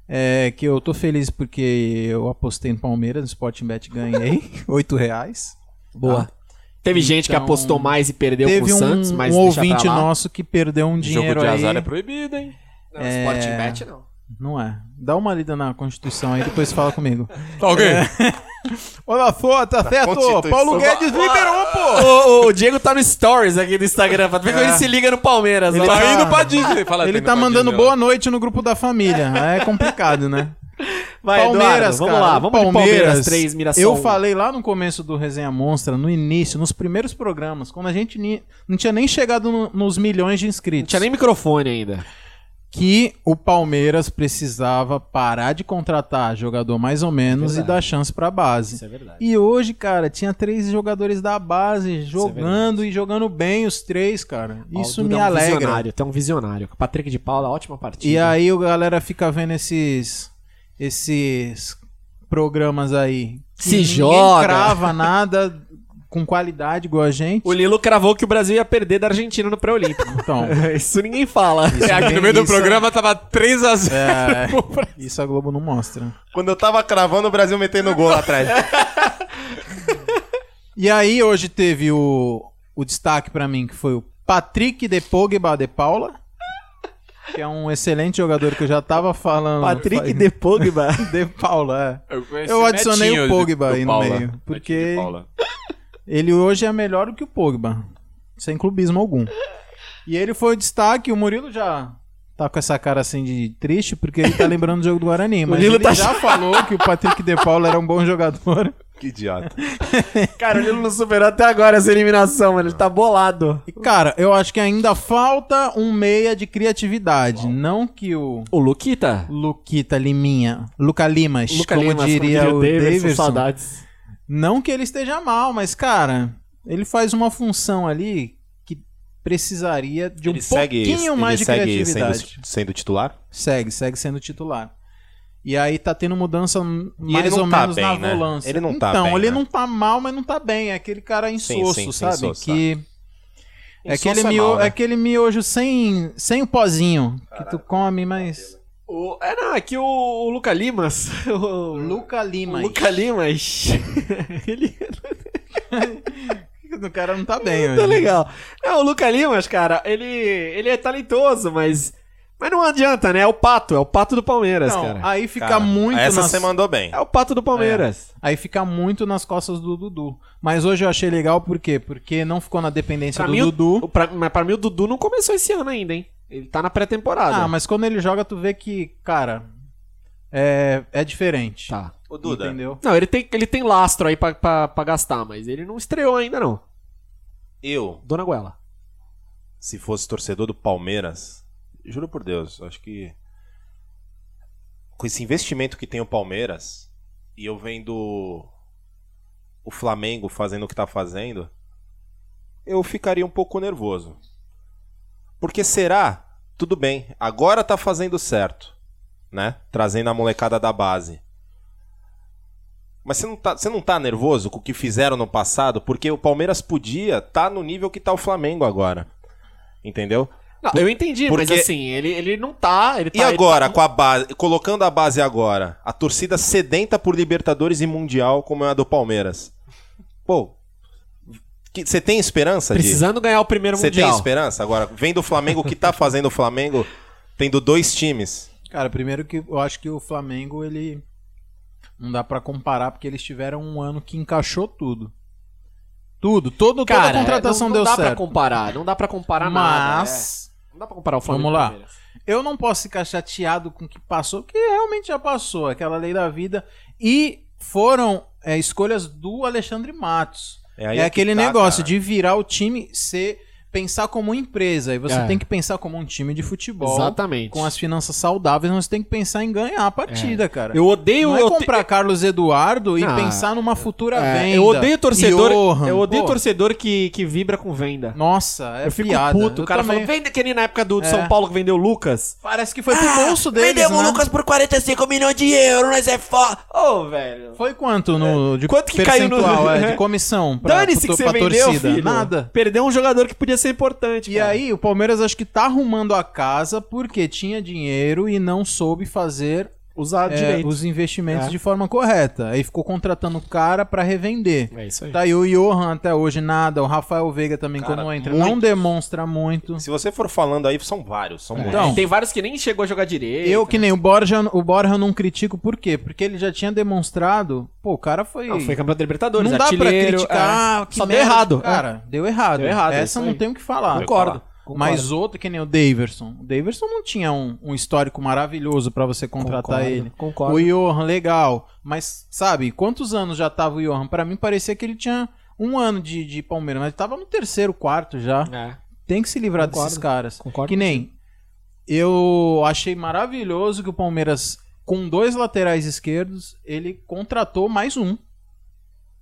é, que eu tô feliz porque eu apostei no Palmeiras, no Sportingbet ganhei R$ 8 reais.
Boa. Ah. Teve gente que
Então,
apostou mais e perdeu com
Teve
o
um,
Santos,
um
mas deixa
ouvinte
pra lá.
nosso que perdeu um
Jogo
dinheiro
de
aí.
azar é proibido, hein?
Não,
é.
Sporting Bet não.
Não é. Dá uma lida na Constituição aí, depois fala comigo.
Tá ok.
Olha só, tá certo.
Constituição.
Paulo Guedes liberou, pô.
O, o Diego tá no Stories aqui do Instagram, pra ver quando ele se liga no Palmeiras.
É. Ele
lá.
tá indo pra
Disney. Fala,
Ele
indo
tá
pra
mandando
Disney,
boa noite no grupo da família. É complicado, né?
Vai, Palmeiras, vamos
cara,
lá, vamos Palmeiras, de Palmeiras 3, Mirassol.
Eu
um.
falei lá no começo do Resenha Monstra, no início, nos primeiros programas, quando a gente ni- não tinha nem chegado no- nos milhões de
Não
inscritos,
tinha nem microfone ainda.
que o Palmeiras precisava parar de contratar jogador mais ou menos e
Verdade.
dar chance pra base.
é verdade.
E hoje, cara, tinha três jogadores da base
é
jogando e jogando bem os três, cara. Isso me
Um
alegra.
visionário, tem um visionário. Patrick de Paula, ótima partida.
E aí o galera fica vendo esses esses programas aí. que
Se
ninguém
joga.
crava nada com qualidade igual a gente.
O Lilo cravou que o Brasil ia perder da Argentina no pré-olímpico.
Então,
Isso ninguém fala.
ó. É, aqui no meio do
Isso-
programa tava 3x0.
é, isso a Globo não mostra.
Quando eu tava cravando, o Brasil metendo gol lá atrás.
E aí hoje teve o, o destaque pra mim que foi o Patrick de Pogba de Paula, que é um excelente jogador que eu já tava falando.
Patrick de Pogba.
de Paula, é.
Eu, conheci
Eu adicionei
Netinho
o
de-
Pogba
do
aí no
Paula.
meio,
Netinho de
porque-
Paula.
Ele hoje é melhor do que o Pogba. Sem clubismo algum. E ele foi o destaque, o Murilo já tá com essa cara assim de triste, porque ele tá lembrando do jogo do Guarani. Mas
Lilo
ele
tá
já falou que o Patrick De Paula era um bom jogador.
que idiota.
Cara, o Lilo não superou até agora essa eliminação, mano. Ele tá bolado.
E, cara, eu acho que ainda falta um meia de criatividade. Não que o
O Luquita?
Luquita Liminha, Luca Limas,
Luca
como,
Limas,
diria
como
o
Davidson,
Davidson.
saudades.
Não que ele esteja mal, mas, cara, ele faz uma função ali que precisaria de um pouquinho mais de criatividade.
Sendo, sendo titular?
Segue, segue sendo titular. E aí tá tendo mudança m-
E
mais
ele não
ou
tá
menos
bem,
na
né?
volância.
Ele não
então,
tá bem,
ele
né?
não tá mal, mas não tá bem. É aquele cara insosso,
sim, sim,
sabe?
insosso,
que é aquele,
Insosso é
mio-
mal, né?
é aquele miojo sem, sem o pozinho que tu come, mas...
O... É, não, é que o, o Luca Limas. O
Luca Lima.
O Luca Limas. ele
O cara não tá bem
tá
hoje.
legal. Não, o Luca Limas, cara, ele, ele é talentoso, mas. Mas não adianta, né? É o pato, é o pato do Palmeiras,
Não,
cara.
aí fica
Cara,
muito
Essa
nas-
você mandou bem.
É o pato do Palmeiras.
Aí fica muito nas costas do Dudu. Mas hoje eu achei legal por quê? Porque não ficou na dependência
Pra
do
mim, o- é
Dudu.
O- Pra, mas pra mim o Dudu não começou esse ano ainda, hein? Ele tá na pré-temporada.
Ah, mas quando ele joga, tu vê que, cara, é, é diferente.
Tá.
Ô, Duda,
Entendeu?
Não, ele tem, ele tem lastro aí pra, pra, pra gastar, mas ele não estreou ainda, não.
eu,
Dona Guela.
se fosse torcedor do Palmeiras, juro por Deus, acho que com esse investimento que tem o Palmeiras e eu vendo o Flamengo fazendo o que tá fazendo, eu ficaria um pouco nervoso. Porque será? Tudo bem, agora tá fazendo certo, né? Trazendo a molecada da base. Mas você não, tá, você não tá nervoso com o que fizeram no passado? Porque o Palmeiras podia estar no nível que tá o Flamengo agora. Entendeu?
Não, eu entendi,
porque-
mas assim, ele, ele não tá. Ele tá
E agora, com a base, colocando a base agora, a torcida sedenta por Libertadores e Mundial, como é a do Palmeiras. Pô, que- você tem esperança
ele-
de?
precisando ganhar o primeiro
Você tem
mundial.
esperança agora? Vendo o Flamengo o que tá fazendo o Flamengo, tendo dois times.
Cara, primeiro que eu acho que o Flamengo, ele. Não dá pra comparar, porque eles tiveram um ano que encaixou tudo. Tudo, todo, toda
Cara,
a contratação
não, não
deu
dá pra
certo.
comparar, não dá pra comparar nada. é.
Mas
Não dá pra comparar o Flamengo.
Vamos
com
lá.
o Palmeiras.
eu não posso ficar chateado com o que passou, porque realmente já passou, aquela lei da vida. E foram é, escolhas do Alexandre Matos.
aí
é
que
aquele
tá,
negócio
cara.
de virar o time, ser, pensar como empresa. E você
É.
tem que pensar como um time de futebol.
Exatamente.
Com as finanças saudáveis, mas você tem que pensar em ganhar a partida, cara.
Eu odeio.
não é
eu te-
comprar Carlos Eduardo e
Ah,
pensar numa futura
é,
venda.
eu odeio torcedor.
Johan,
eu odeio
pô.
torcedor que, que vibra com venda.
Nossa, é
eu fico
piada.
puto.
Eu
O cara
também-
falou, vende que nem na época do, do
É.
São Paulo que vendeu o Lucas.
Parece que foi pro
Ah,
bolso deles,
um
né?
por 45 milhões de euros, nós é foda. Ô, velho.
Foi quanto no de
É. Quanto que caiu no-
percentual, é, de comissão pra,
Dane-se
pro-
que você
pra
vendeu,
torcida?
filho.
Nada.
Perdeu um jogador que podia ser importante,
E
cara.
aí, o Palmeiras acho que tá arrumando a casa porque tinha dinheiro e não soube fazer
usar
é,
direito.
os investimentos
É.
de forma correta. Aí ficou contratando o cara pra revender.
É isso aí.
Tá aí o Johan até hoje nada, o Rafael Veiga também
Cara,
quando entra
muito.
não demonstra muito.
Se você for falando aí, são vários, são muitos.
Então,
Tem vários que nem chegou a jogar direito.
Eu que nem o Borja, o Borja eu não critico por quê? Porque ele já tinha demonstrado, pô, o cara foi
Não, foi campeão da Libertadores,
não dá pra
artilheiro,
criticar,
é.
que
Só deu
merda.
errado.
Cara, deu errado.
Deu errado, é isso
Essa
aí.
não tem o que falar.
Concordo. concordo.
Mas outro que nem o Daverson. O Daverson não tinha um, um histórico maravilhoso pra você contratar
Concordo,
ele.
Concordo.
O Johan, legal. Mas, sabe, quantos anos já tava o Johan? Pra mim parecia que ele tinha um ano de, de Palmeiras, mas tava no terceiro, quarto já.
É,
Tem que se livrar
Concordo,
desses caras.
concordo.
Que nem eu achei maravilhoso que o Palmeiras, com dois laterais esquerdos, ele contratou mais um,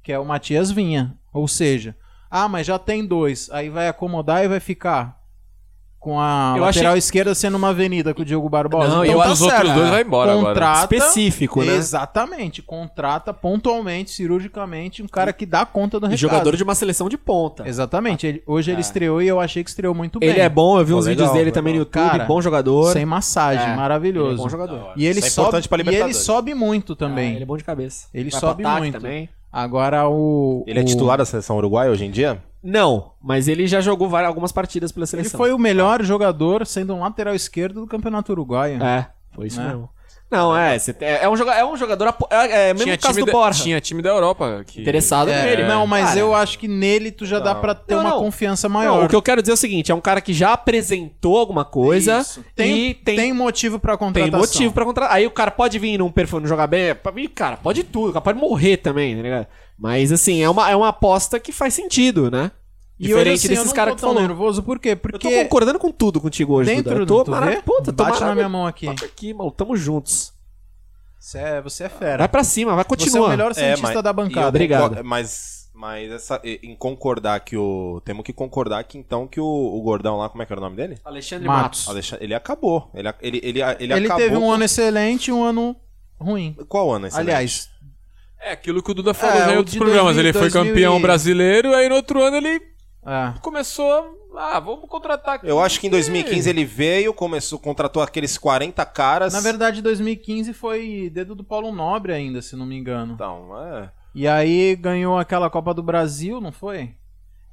que é o Matias Vinha. Ou seja, ah, mas já tem dois, aí vai acomodar e vai ficar com a
Eu
lateral esquerda sendo uma avenida com o Diogo Barbosa.
Não,
então
eu
tá
acho
Os outros
certo.
dois vão embora agora.
Contrata,
Específico, né?
Exatamente, contrata pontualmente, cirurgicamente, um cara que dá conta do
E
recado.
Jogador de uma seleção de ponta.
Exatamente, ele- hoje
É.
ele estreou e eu achei que estreou muito bem.
Ele é bom, eu vi
Pô,
uns
legal,
vídeos dele
legal.
também no YouTube,
Cara,
bom jogador.
sem massagem,
É, Ele é
maravilhoso.
bom jogador.
e ele
Isso é
sobe,
importante pra
e ele
Libertadores.
sobe muito também.
É, ele é bom de cabeça.
Ele
Vai pra
sobe
ataque
muito.
também.
Agora o
Ele é
o-
titular da seleção uruguaia hoje em dia?
Não, mas ele já jogou várias, algumas partidas pela
Ele
seleção.
foi o melhor jogador sendo um lateral esquerdo do Campeonato Uruguaio.
É, foi isso
Né?
mesmo. Não, é, você tem- é, um joga- é um jogador. apo- É, é mesmo
Tinha
o caso
time
do
da-
Borja.
Tinha time da Europa. Que...
Interessado
É,
nele.
não, mas
Cara,
eu acho que nele tu já dá
Não.
pra ter
Não,
uma
não.
confiança
não,
maior.
o que eu quero dizer é o seguinte: é um cara que já apresentou alguma coisa
Isso. Tem, um-
e tem,
tem motivo pra
tem
contratação.
motivo pra contratar. Aí o cara pode vir num perfil não jogar bem. é, pra mim, Cara, pode tudo, cara pode morrer também, tá ligado? Mas assim, é uma, é uma aposta que faz sentido, né?
E
Diferente
hoje, assim, eu
desses
não
caras
tô
que
tão
falou.
nervoso, por quê?
Eu
Porque
tô concordando com tudo contigo hoje,
dentro
Duda. Eu
do
tô
tu
mara-
vê?
Puta, tô
Bate
maravilhoso.
na
Tá.
minha mão aqui.
Toca aqui, mano. Tamo juntos.
Você é, você é
Vai
fera.
pra cima, vai,
Você é
continua.
o melhor cientista
mas-
da
e eu
bancada.
obrigado.
concor- Mas, mas essa, e- em concordar que o. Temos que concordar que então que o, o gordão lá, como é que era o nome dele?
Alexandre
Matos.
Alexandre- ele acabou. Ele, a- ele, ele, a- ele
Ele
acabou.
teve um ano excelente e um ano ruim.
Qual ano esse?
Aliás,
É aquilo que o Duda falou
É,
já em
o
outros
de
programas.
2000
Ele foi
2000
campeão
e-
brasileiro, aí no outro ano ele
é.
começou. Ah, vamos contratar aqui.
Eu acho que em 2015 ele veio, começou, contratou aqueles 40 caras.
Na verdade, 2015 foi dedo do Paulo Nobre ainda, se não me engano.
Então, é.
E aí ganhou aquela Copa do Brasil, não foi?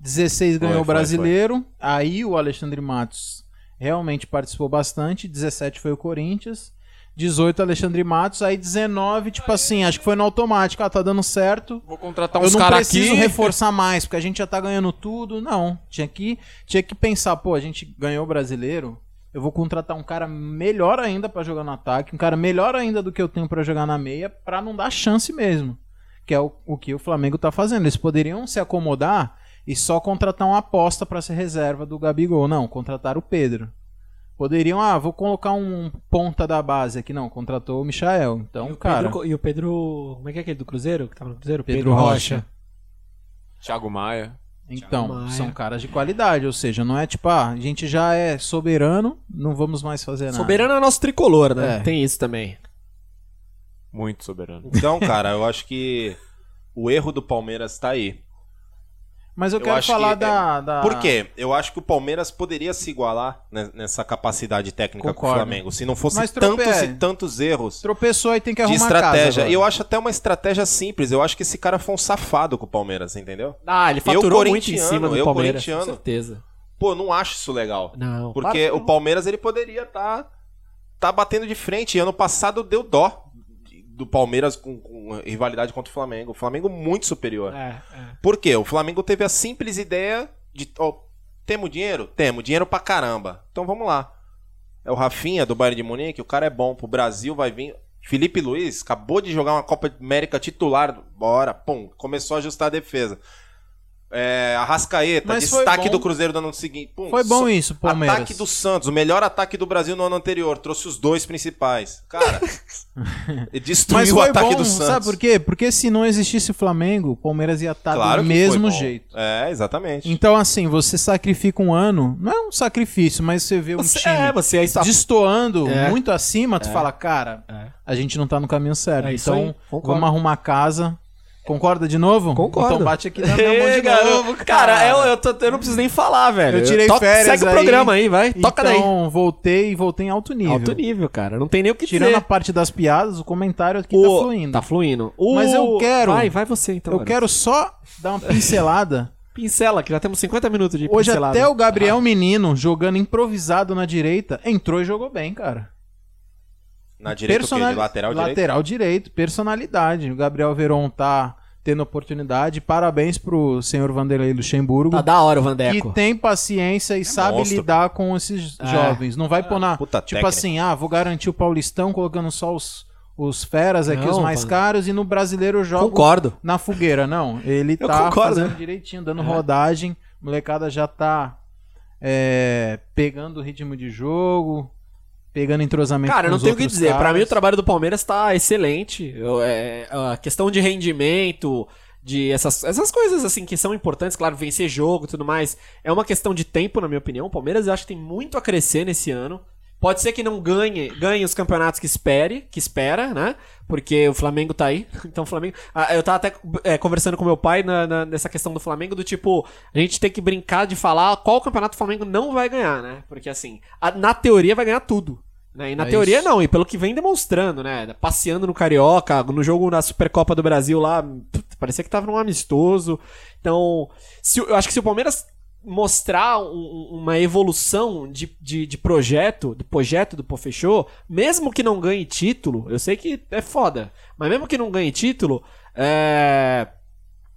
16 ganhou
Foi,
o
foi,
brasileiro. Aí o Alexandre Matos realmente participou bastante. 17 foi o Corinthians. 18 Alexandre Matos. Aí 19, tipo assim, acho que foi no automático. Ah, tá dando certo.
Vou
Tá,
contratar
Eu
Tá uns
não
caras
preciso
aqui.
reforçar mais, porque a gente já tá ganhando tudo. Não, tinha que, tinha que pensar, pô, a gente ganhou o brasileiro, eu vou contratar um cara melhor ainda pra jogar no ataque, um cara melhor ainda do que eu tenho pra jogar na meia, pra não dar chance mesmo. Que é o, o que o Flamengo tá fazendo. Eles poderiam se acomodar e só contratar uma aposta pra ser reserva do Gabigol. Não, contrataram o Pedro. Poderiam, ah, vou colocar um ponta da base aqui. Não, contratou o Michael. Então,
e o
cara,
Pedro, e o Pedro. Como é que é aquele do Cruzeiro? Que tava no Cruzeiro?
Pedro Rocha.
Thiago Maia.
Então,
Maia.
são caras de qualidade, ou seja, não é tipo, ah, a gente já é soberano, não vamos mais fazer nada.
Soberano é nosso tricolor, né?
É.
Tem isso também.
Muito soberano.
Então, cara, eu acho que o erro do Palmeiras tá aí.
Mas eu,
Eu
quero
acho
falar
que é-
da, da-
Por quê? Eu acho que o Palmeiras poderia se igualar ne- nessa capacidade técnica com o
Concordo.
Flamengo, se não fosse
Mas
tantos
tropeia.
e tantos erros
Tropeçou e tem que
de
arrumar
estratégia.
casa
E eu
agora.
acho até uma estratégia simples. Eu acho que esse cara foi um safado com o Palmeiras, entendeu?
Ah, ele faturou muito em cima do
eu
Palmeiras. Com
corintiano.
certeza.
Pô, não acho isso legal.
Não.
Porque o Palmeiras ele poderia estar tá, tá batendo de frente. E ano passado deu dó do Palmeiras com, com rivalidade contra o Flamengo. O Flamengo muito superior.
É, é.
Por quê? O Flamengo teve a simples ideia de. Ó, temos dinheiro? Temos, dinheiro pra caramba. Então vamos lá. É o Rafinha do Bayern de Munique, o cara é bom. Pro Brasil vai vir. Felipe Luiz acabou de jogar uma Copa América titular. Bora, pum. Começou a ajustar a defesa. É, Arrascaeta,
Mas foi
destaque
bom.
do Cruzeiro do ano seguinte. Pum,
Foi
so-
bom isso, Palmeiras.
Ataque do Santos, o melhor ataque do Brasil no ano anterior. Trouxe os dois principais. Cara,
Mas
destruiu o
foi bom,
ataque do Santos.
sabe por quê? Porque se não existisse o Flamengo, o Palmeiras ia estar
Claro
do
que
mesmo
foi bom.
jeito.
É, exatamente.
Então, assim, você sacrifica um ano, não é um sacrifício, mas você vê um
Você,
time
é, você é isso.
destoando
É.
muito acima, tu fala, cara,
É.
a gente não tá no caminho certo.
É isso
então,
aí, concordo.
vamos arrumar casa. Concorda de novo?
Concordo.
Então bate aqui na minha mão
Ei,
de
garoto.
novo,
cara,
cara.
eu, eu tô- eu não preciso nem falar, velho.
Eu tirei
Toca-
férias
Segue o
aí.
programa aí, vai. Toca daí.
Então, voltei e voltei em alto nível.
Alto nível, cara. Não tem nem o que
Tirando
dizer.
a parte das piadas, o comentário aqui
O-
tá fluindo.
Tá fluindo. O-
Mas eu quero-
Vai, vai você então.
eu
garoto.
quero só dar uma pincelada.
Pincela, que já temos 50 minutos de
Hoje
pincelada. Ah.
até o Gabriel Menino, jogando improvisado na direita, entrou e jogou bem, cara.
Na direita o quê?
Personali-
De lateral, direito?
Lateral direito, personalidade. O Gabriel Veron tá tendo oportunidade. Parabéns pro senhor Vanderlei Luxemburgo.
Tá da hora o
que
Vandeco.
tem paciência e sabe
monstro.
lidar com esses
É.
jovens. Não vai pôr na.
puta
tipo
técnica.
assim, ah, vou garantir o Paulistão colocando só os, os feras aqui,
Não,
os mais
mano.
caros, e no brasileiro eu jogo
Concordo.
na fogueira, não. Ele
Eu
tá
concordo,
fazendo
né?
direitinho, dando
É.
rodagem. Molecada já tá é, pegando o ritmo de jogo, pegando entrosamento.
Cara, eu
com
não
os
tenho o que
outros
dizer. Pra
caras.
mim, o trabalho do Palmeiras tá excelente. Eu, é, a questão de rendimento, de essas, essas coisas assim que são importantes, claro, vencer jogo e tudo mais, é uma questão de tempo, na minha opinião. O Palmeiras eu acho que tem muito a crescer nesse ano. Pode ser que não ganhe, ganhe os campeonatos que espere, que espera, né? Porque o Flamengo tá aí. Então o Flamengo. Ah, eu tava até é, conversando com meu pai na- na- nessa questão do Flamengo, do tipo, a gente tem que brincar de falar qual campeonato o Flamengo não vai ganhar, né? Porque assim, a- na teoria vai ganhar tudo. né? E na
É
teoria
isso.
não, e pelo que vem demonstrando, né? Passeando no Carioca, no jogo na Supercopa do Brasil lá, putz, parecia que tava num amistoso. Então, se, o- eu acho que se o Palmeiras mostrar um- um- uma evolução de, de, de projeto, do projeto do Pofechô, mesmo que não ganhe título, eu sei que é foda, mas mesmo que não ganhe título, é,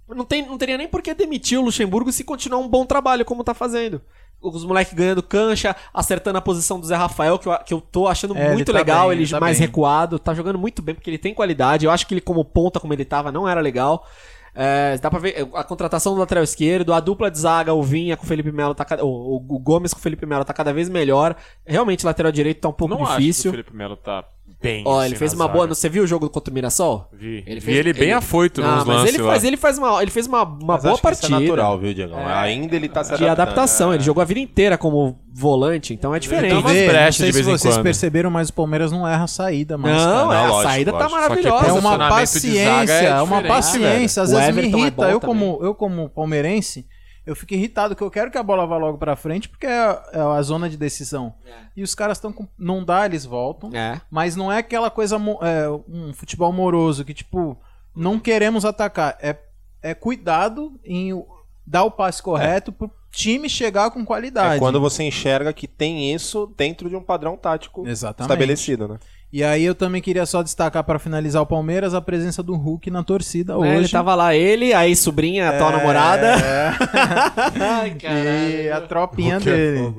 Não, tem, não teria nem por que demitir o Luxemburgo se continuar um bom trabalho como tá fazendo. Os moleques ganhando cancha, acertando a posição do Zé Rafael, que eu, que eu tô achando
É, ele
muito
tá
legal,
bem,
ele
ele tá
mais
bem.
recuado, tá jogando muito bem, porque ele tem qualidade. Eu acho que ele, como ponta, como ele tava, não era legal. É, dá pra ver a contratação do lateral esquerdo, a dupla de zaga, o Vinha com o Felipe Melo, tá, cada- o, o Gomes com o Felipe Melo tá cada vez melhor. Realmente, o lateral direito tá um pouco
não acho que o
difícil.
Felipe Melo tá bem.
Ó,
assim
ele fez
na
uma
zaga.
boa. Você viu o jogo contra o Mirassol?
Vi.
Ele
Ele,
fez-
ele bem
ele-
afoito
Ah,
nos
mas
lances
ele
lá.
faz, ele faz uma, ele fez uma, uma
Mas
boa
acho que isso
partida.
é natural, viu, Diegão? Ainda ele
é
tá se
De
adaptando.
né?
adaptação, ele jogou a vida inteira como volante, então é
Quer
Dá
diferente.
umas
ver?
brechas
não sei
de vez
se
em
vocês
quando.
perceberam, mas o Palmeiras não erra a saída, mas
Não,
cara,
é,
lógico,
a saída
lógico.
tá
Só que é
maravilhosa.
É uma
Posicionamento de zaga
paciência,
é
é uma
diferente,
paciência. Às
O
vezes me
Everton é
irrita.
bom
eu,
também.
como, eu, como palmeirense, eu fico irritado que eu quero que a bola vá logo pra frente, porque é é a zona de decisão.
É.
E os caras estão com. Não dá, eles voltam.
É.
Mas não é aquela coisa. mo- é, um futebol moroso que, tipo, não queremos atacar. É, é cuidado em o- dar o passe correto pro time chegar com qualidade.
É quando você enxerga que tem isso dentro de um padrão tático
Exatamente.
estabelecido, né?
E aí eu também queria só destacar pra finalizar o Palmeiras a presença do Hulk na torcida
Né, Ele
hoje. É.
tava lá, ele, aí sobrinha, atual namorada. Ai,
E a tropinha
Hulk é
dele.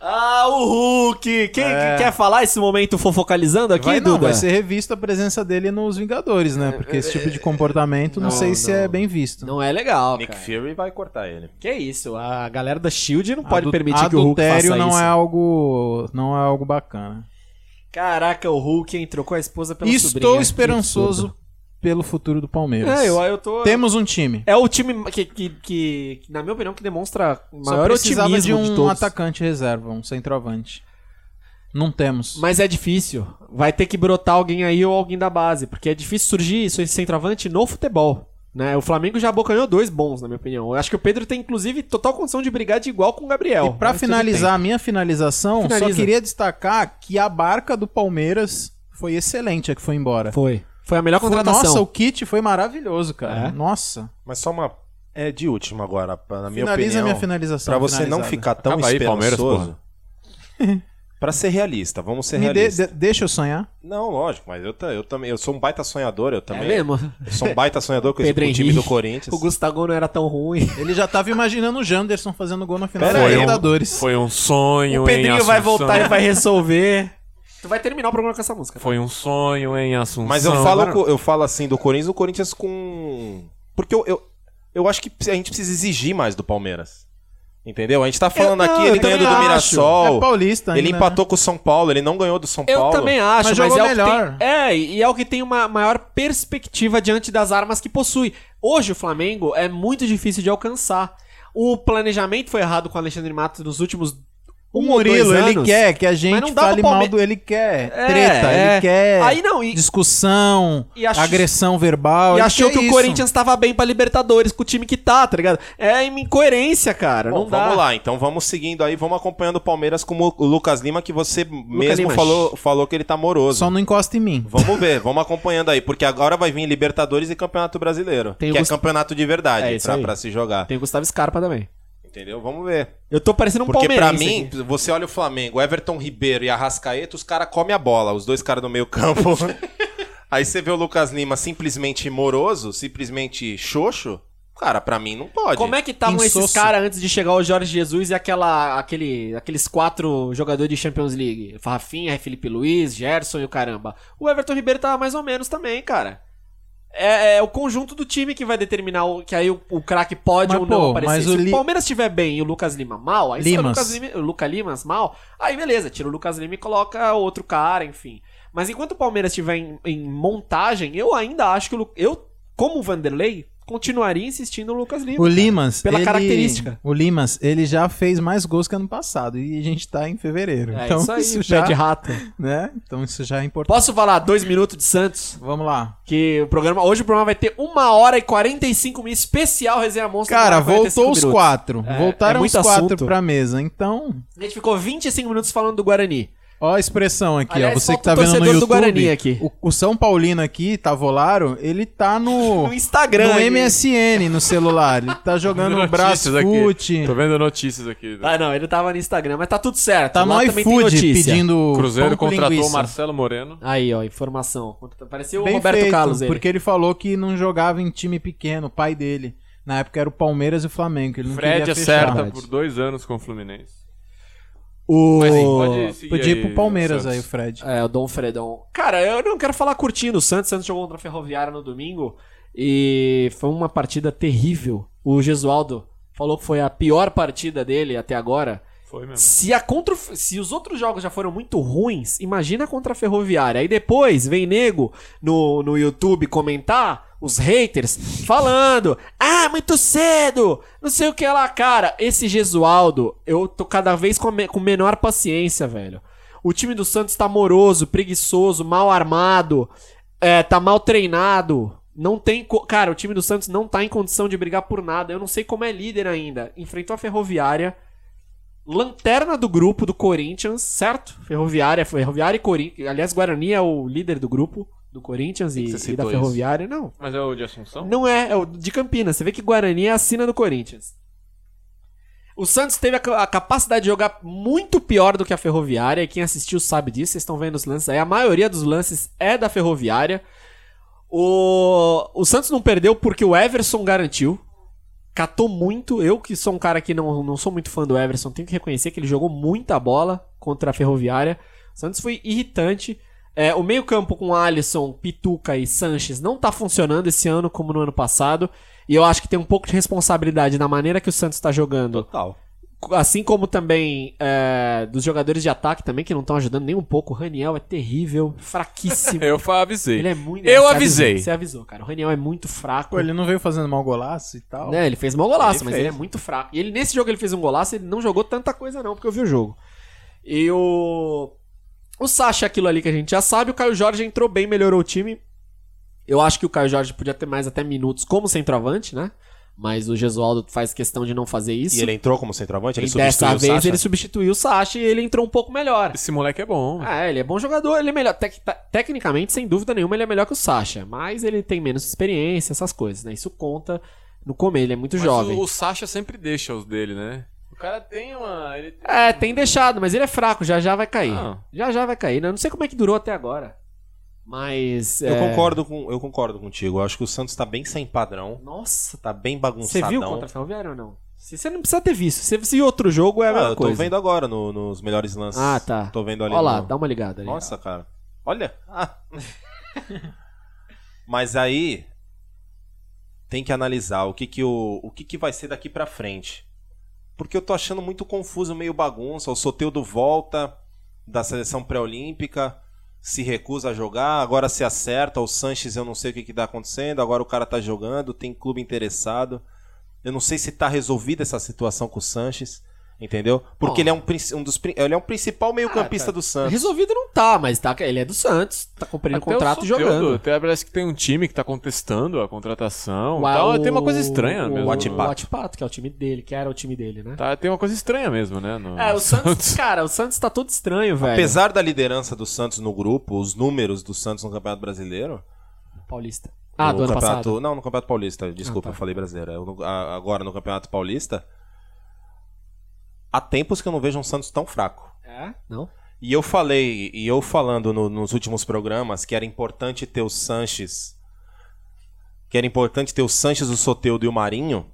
Ah, o Hulk! Quem
É.
que quer falar esse momento fofocalizando aqui,
vai,
Duda? É,
não, vai ser revista a presença dele nos Vingadores, né? Porque esse tipo de comportamento não,
Não,
sei se
não.
é bem visto.
Não é legal,
Nick
cara.
Fury vai cortar ele.
Que isso, a galera da SHIELD não pode
Adu-
permitir que o Hulk faça
adultério
isso.
não é algo não é algo bacana.
Caraca, o Hulk hein, trocou a esposa pela
Estou
sobrinha. Que
esperançoso pelo futuro do
absurdo.
Palmeiras.
É, eu, eu tô...
Temos um time.
É o time que, que, que, que, na minha opinião, que demonstra o
Só
É, maior
precisava
otimismo
de um
todos.
atacante reserva, um centroavante. Não temos.
Mas é difícil. Vai ter que brotar alguém aí ou alguém da base, porque é difícil surgir isso esse centroavante no futebol. Né? O Flamengo já abocanhou dois bons, na minha opinião. Eu acho que o Pedro tem, inclusive, total condição de brigar de igual com o Gabriel.
E pra
Mas tudo
finalizar a minha finalização,
Finaliza.
só queria destacar que a barca do Palmeiras foi excelente a que foi embora.
bem. Foi. Foi a melhor contratação.
Nossa, o kit foi maravilhoso, cara.
É?
Nossa.
Mas só uma. É de última agora, pra- na minha
Finaliza a
opinião.
minha finalização.
Pra você
finalizada.
não ficar tão
Acaba aí, Palmeiras,
esperançoso. pra ser realista, vamos ser
Me dê-
realistas.
de- deixa eu sonhar.
Não, lógico, mas eu, ta- eu também. Eu sou um baita sonhador, eu
É
também.
mesmo?
Eu sou um baita sonhador com, esse,
Pedro
com o time
Henrique.
do Corinthians.
O Gustavo não era tão ruim.
Ele já tava imaginando o Janderson fazendo gol na final
Pera
da
aí. um-
Libertadores.
Foi um sonho
o
em
Pedrinho
Assunção.
vai voltar e vai resolver. Tu vai terminar o programa com essa música.
Foi um sonho em Assunção.
Mas eu falo,
Agora-
co- eu falo assim do Corinthians, o Corinthians com. Porque eu, eu, eu acho que a gente precisa exigir mais do Palmeiras. Entendeu? A gente tá falando
Eu- não,
aqui, ele
eu
ganhando
também
do
acho.
É
Mirassol.
paulista ainda,
ele
né?
empatou com o São Paulo, ele não ganhou do São
Eu
Paulo.
também acho, mas,
Mas jogou
é, o que
melhor.
tem, é, e é o que tem uma maior perspectiva diante das armas que possui. Hoje o Flamengo é muito difícil de alcançar. O planejamento foi errado com o Alexandre Matos nos últimos um
o
ou dois
Murilo, ele
anos-
quer que a
Mas
gente
não dá pro
fale
Palme-
mal do. Ele quer
É,
treta,
é.
ele quer
Aí não, e,
discussão,
E ach-
agressão verbal.
e
ele
achou
quer
que o
isso.
Corinthians tava bem pra Libertadores com o time que tá, tá ligado? É uma incoerência, cara.
Bom,
não dá.
vamos lá, então vamos seguindo aí, vamos acompanhando o Palmeiras como o Lucas Lima, que você mesmo
Lima.
falou, falou que ele tá moroso.
Só não encosta em mim.
Vamos ver, vamos acompanhando aí, porque agora vai vir Libertadores e Campeonato Brasileiro,
Tem o
que é
Gust-
campeonato de verdade
É isso
pra,
aí.
pra se jogar,
Tem o Gustavo Scarpa também.
entendeu? Vamos ver.
Eu tô parecendo um
Porque pra
palmeirense
mim,
aqui.
você olha o Flamengo, Everton Ribeiro e Arrascaeta, os caras comem a bola, os dois caras do meio campo. aí você vê o Lucas Lima simplesmente moroso, simplesmente xoxo, cara, pra mim não pode.
Como é que estavam esses
Insosso.
caras antes de chegar o Jorge Jesus e aquela, aquele, aqueles quatro jogadores de Champions League? Rafinha, Felipe Luiz, Gerson e o caramba. O Everton Ribeiro tava mais ou menos também, cara. É, é o conjunto do time que vai determinar o, que aí o, o craque pode
Mas,
ou não
pô,
aparecer.
mas
Se
o
o
Li-
Palmeiras estiver bem e o Lucas Lima mal, aí se o
Limas.
Lucas Lima, o Luca Limas mal, aí beleza, tira o Lucas Lima e coloca outro cara, enfim. Mas enquanto o Palmeiras estiver em, em montagem, eu ainda acho que o Lu- eu, como o Vanderlei, continuaria insistindo no Lucas Lima.
O Limas.
Pela
ele-
característica.
O Limas, ele já fez mais gols que ano passado. E a gente tá em fevereiro.
É
então,
isso
isso
aí,
já,
pé de rato.
né? Então isso já é importante.
Posso falar dois minutos de Santos?
Vamos lá.
Que o programa. Hoje o programa vai ter uma hora e 45 minutos especial Resenha Monstro.
Cara,
uma hora e 45
voltou os
minutos.
quatro.
É, é
Voltaram os
muito
quatro
assunto.
pra mesa. Então,
A gente ficou 25 minutos falando do Guarani.
ó a expressão aqui,
Aliás,
ó. Você que
falta
tá
o
vendo no
torcedor do
YouTube.
Guarani aqui.
O, o São Paulino aqui, Tavolaro, ele tá no.
No Instagram.
no
ele-
MSN no celular. Ele tá jogando o
Notícias
braço
aqui.
fute.
Tô vendo notícias aqui.
Ah, não, ele tava no Instagram, mas tá tudo certo.
Tá no
Lá também tem
iFood
notícia.
pedindo.
O Cruzeiro
pão com
contratou
linguiça.
o Marcelo Moreno.
Aí, ó, informação. Pareceu o
Bem
Roberto
feito,
Carlos ele.
Porque ele falou que não jogava em time pequeno, o pai dele. Na época era o Palmeiras e o Flamengo. que Ele não
Fred
queria
acerta
fechar.
por dois anos com o Fluminense.
O...
Mas, hein, pode seguir
Podia ir
aí,
pro Palmeiras
Santos.
aí, o Fred.
É, o Dom Fredão. Cara, eu não quero falar curtindo. O Santos, Santos jogou contra a Ferroviária no domingo e foi uma partida terrível. O Gesualdo falou que foi a pior partida dele até agora.
Foi mesmo.
Se, a contra... Se os outros jogos já foram muito ruins, imagina contra a Ferroviária. Aí depois vem nego no, no YouTube comentar, os haters, falando: Ah, muito cedo! Não sei o que lá, cara. Esse Gesualdo, eu tô cada vez com, a me- com menor paciência, velho. O time do Santos tá moroso, preguiçoso, mal armado, é, tá mal treinado. Não tem. co- Cara, o time do Santos não tá em condição de brigar por nada. Eu não sei como é líder ainda. Enfrentou a Ferroviária lanterna do grupo do Corinthians, certo? Ferroviária, Ferroviária e Corinthians. Aliás, Guarani é o líder do grupo do Corinthians e,
que você
e da
citou
Ferroviária. Não.
Mas é o de Assunção?
Não é, é o de Campinas. Você vê que Guarani é a sina do Corinthians. O Santos teve a, ca- a capacidade de jogar muito pior do que a Ferroviária. E quem assistiu sabe disso. Vocês estão vendo os lances aí. A maioria dos lances é da Ferroviária. O, o Santos não perdeu porque o Everson garantiu. Catou muito. Eu, que sou um cara que não, não sou muito fã do Everson, tenho que reconhecer que ele jogou muita bola contra a Ferroviária. O Santos foi irritante. É, o meio-campo com Alisson, Pituca e Sanches não tá funcionando esse ano como no ano passado. E eu acho que tem um pouco de responsabilidade na maneira que o Santos tá jogando
Total.
assim como também é, dos jogadores de ataque também que não estão ajudando nem um pouco. O Raniel é terrível, fraquíssimo.
Eu fa- avisei.
Ele é muito.
Eu
você
avisei.
Avisou, você avisou, cara. O Raniel é muito fraco.
Pô, ele não veio fazendo mal golaço e tal.
Né, ele fez mal golaço,
Ele
mas
fez.
ele é muito fraco. E ele, nesse jogo, ele fez um golaço, ele não jogou tanta coisa, não, porque eu vi o jogo. E o. O Sacha é aquilo ali que a gente já sabe. O Caio Jorge entrou bem, melhorou o time. Eu acho que o Caio Jorge podia ter mais até minutos como centroavante, né? Mas o Gesualdo faz questão de não fazer isso.
E ele entrou como centroavante, ele
e
substituiu
dessa
o
vez
Sacha?
ele substituiu o Sacha e ele entrou um pouco melhor.
Esse moleque é bom.
Ah, é, ele é bom jogador, ele é melhor. tec- ta- tecnicamente, sem dúvida nenhuma, ele é melhor que o Sacha. Mas ele tem menos experiência, essas coisas, né? Isso conta no começo, ele é muito
Mas
jovem.
O, o Sasha sempre deixa os dele, né? O cara tem uma. Ele tem...
É, tem deixado, mas ele é fraco, já já vai cair.
Ah.
Já já vai cair, né? Eu Não sei como é que durou até agora. Mas.
Eu
é,
concordo com eu concordo contigo. Eu acho que o Santos tá bem sem padrão,
Nossa,
tá bem
você
bagunçadão.
viu contra a Ferroviária ou não? Se- Você não precisa ter visto. Se você viu outro jogo, é a
Ah,
mesma
eu tô
coisa.
vendo agora no- nos melhores lances.
Ah, tá.
Tô vendo ali.
Olha lá,
no-
dá uma ligada ali.
Nossa, cara. Olha. Ah. Mas aí tem que analisar o que que o, o que que vai ser daqui pra frente. Porque eu tô achando muito confuso, meio bagunça. O Soteudo volta da seleção pré-olímpica, se recusa a jogar, agora se acerta. O Sanches, eu não sei o que que tá acontecendo. Agora o cara tá jogando, tem clube interessado. Eu não sei se tá resolvida essa situação com o Sanches. Entendeu? Porque
Bom.
ele é um, princ- um dos, prin- ele é um principal meio-campista do Santos.
Resolvido não tá, mas tá, ele é do Santos, tá cumprindo o contrato e
Soteldo,
jogando.
Até parece que tem um time que tá contestando a contratação.
Uau,
tal. tá, Tem uma coisa estranha
o,
mesmo.
O Atipato, que é o time dele, que era o time dele, né?
Tá, tem uma coisa estranha mesmo, né? no-
É, o Santos, cara, o Santos tá todo estranho, velho.
Apesar da liderança do Santos no grupo, os números do Santos no Campeonato Brasileiro.
Paulista. Ah,
no
do ano
campeonato,
passado. Ah, tá.
Não, no Campeonato Paulista, desculpa, eu falei brasileiro. Eu no- a- agora no Campeonato Paulista. Há tempos que eu não vejo um Santos tão fraco.
É? Não?
E eu falei, e eu falando no- nos últimos programas que era importante ter o Sanches. Que era importante ter o Sanches, o Soteldo e o Marinho,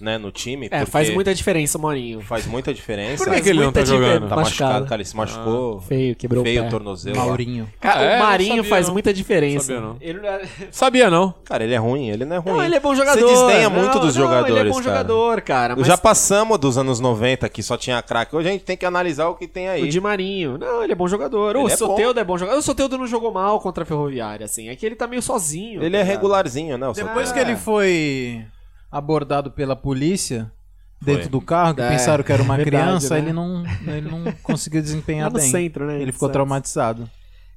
né, no time.
É,
porque
faz muita diferença, Morinho.
faz muita diferença.
Por que que ele não tá
Muita
jogando?
diferença.
Tá machucado, cara, ele se machucou.
Ah, Feio, quebrou
feio
o pé.
o tornozelo.
Maurinho.
Cara,
Ah, é?
o
Não
Marinho
sabia,
faz
não.
muita diferença.
Sabia, não.
Ele não é...
Sabia não.
Cara, ele é ruim, ele não é ruim.
Não, ele é bom jogador.
Você desdenha muito
Não,
dos
não,
jogadores,
Ele é bom
cara.
jogador, cara. Mas
Já passamos dos anos 90 que só tinha craque. Hoje a gente tem que analisar o que tem aí.
o Di Marinho. Não, ele é bom jogador.
Ele
o
é
Soteudo é bom jogador. O Soteudo não jogou mal contra a Ferroviária, assim. É que ele tá meio sozinho.
Ele
tá
é
ligado?
regularzinho, né? o
Depois
Santana?
Ah.
que ele foi abordado pela polícia dentro
Foi.
do carro, que
É,
pensaram que era uma
verdade,
criança,
né?
ele, não, ele não conseguiu
Lá
desempenhar
no
bem.
centro, né?
Ele ficou
Santos.
traumatizado.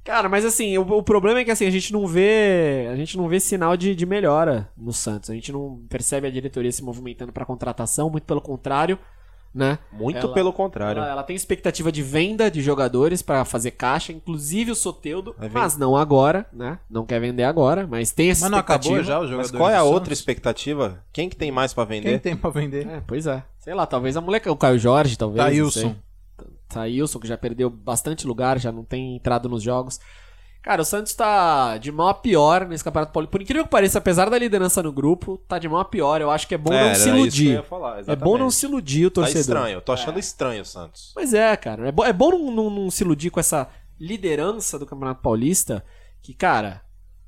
Cara, mas assim, o, o problema é que assim, a gente não vê. A gente não vê sinal de, de melhora no Santos. A gente não percebe a diretoria se movimentando pra contratação, muito pelo contrário, né?
É. Muito
Ela-
pelo contrário.
Ela, ela tem expectativa de venda de jogadores pra fazer caixa, inclusive o Soteudo,
Vai
mas não agora, né? Não quer vender agora, mas tem essa
Mas não
expectativa.
acabou já o jogador
Mas qual é a
do
outra
Santos?
expectativa? Quem que tem mais pra vender?
Quem tem pra vender?
É, pois é. Sei lá, talvez a moleca, o Caio Jorge, talvez.
Taílson.
Taílson, que já perdeu bastante lugar, já não tem entrado nos jogos. Cara, o Santos tá de mal a pior nesse Campeonato Paulista. Por incrível que pareça, apesar da liderança no grupo, tá de mal a pior. Eu acho que é bom
É,
não se
era isso que eu
iludir.
ia falar,
É bom não
exatamente.
se iludir o
Tá
torcedor.
estranho, eu tô
É.
achando estranho o Santos.
Mas é, cara. É, bo- é bom não, não- não se iludir com essa liderança do Campeonato Paulista. Que, cara,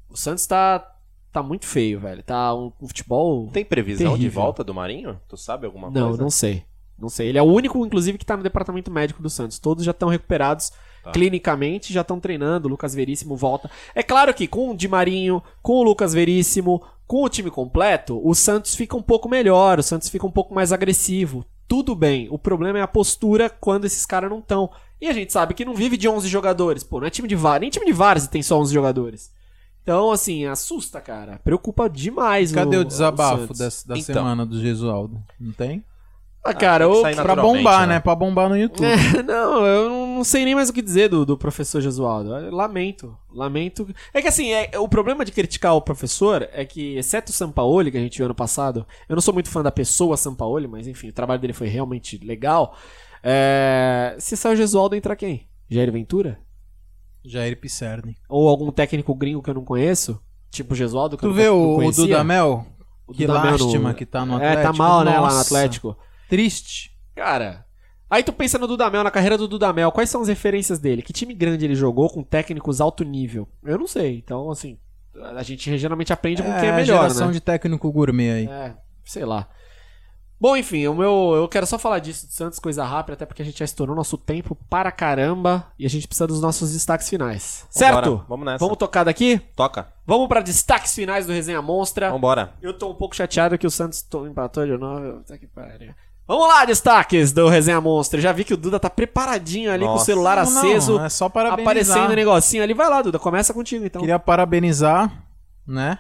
o Santos tá, tá muito feio, velho. Tá um, um futebol.
Tem previsão de
Terrível.
volta do Marinho? Tu sabe alguma
não,
coisa?
não sei. Não sei. Ele é o único, inclusive, que tá no departamento médico do Santos. Todos já estão recuperados
Tá.
clinicamente, já estão treinando. O Lucas Veríssimo volta. É claro que com o Di Marinho, com o Lucas Veríssimo, com o time completo, o Santos fica um pouco melhor, o Santos fica um pouco mais agressivo. Tudo bem. O problema é a postura quando esses caras não estão. E a gente sabe que não vive de 11 jogadores. Pô, não é time de VAR. Nem time de VAR tem só 11 jogadores. Então, assim, assusta, cara. Preocupa demais
Cadê o
o
desabafo
Santos.
da, da
Então.
semana do Gesualdo? Não tem?
Ah, cara,
tem que
o
sair na-
Pra
Naturalmente,
bombar,
né?
né? Pra bombar no YouTube.
É, não, eu não sei nem mais o que dizer do, do professor Jesualdo. Eu Lamento, lamento. É que assim, é- o problema de criticar o professor é que, exceto o Sampaoli, que a gente viu ano passado, eu não sou muito fã da pessoa Sampaoli, mas enfim, o trabalho dele foi realmente legal. É, se sair o Jesualdo, entra quem? Jair Ventura?
Jair Pisserni.
Ou algum técnico gringo que eu não conheço? Tipo o Jesualdo, que eu
Tu
não-
vê
não
o, o
conhecia?
Dudamel?
O
Que
Dudamel no-
lástima que tá no Atlético.
É, tá mal, né, lá no
Nossa,
Atlético.
Triste.
Cara. Aí tu pensa no Dudamel, na carreira do Dudamel, quais são as referências dele? Que time grande ele jogou com técnicos alto nível? Eu não sei. Então, assim, a gente geralmente aprende com quem é
a
melhor,
geração
né?
de técnico gourmet aí.
É, sei lá. Bom, enfim, o meu, eu quero só falar disso do Santos, coisa rápida, até porque a gente já estourou nosso tempo para caramba e a gente precisa dos nossos destaques finais.
Vambora,
Certo?
Vamos nessa.
Vamos tocar daqui?
Toca.
Vamos para destaques finais do Resenha Monstra.
Vambora.
Eu tô um pouco chateado que o Santos to- empatou de novo. Tá que pariu. Vamos lá, destaques do Resenha Monstro. Já vi que o Duda tá preparadinho ali com o
Nossa.
celular
Não,
aceso,
Não, é só parabenizar.
aparecendo o negocinho ali. Vai lá, Duda, começa contigo então.
Queria parabenizar, né?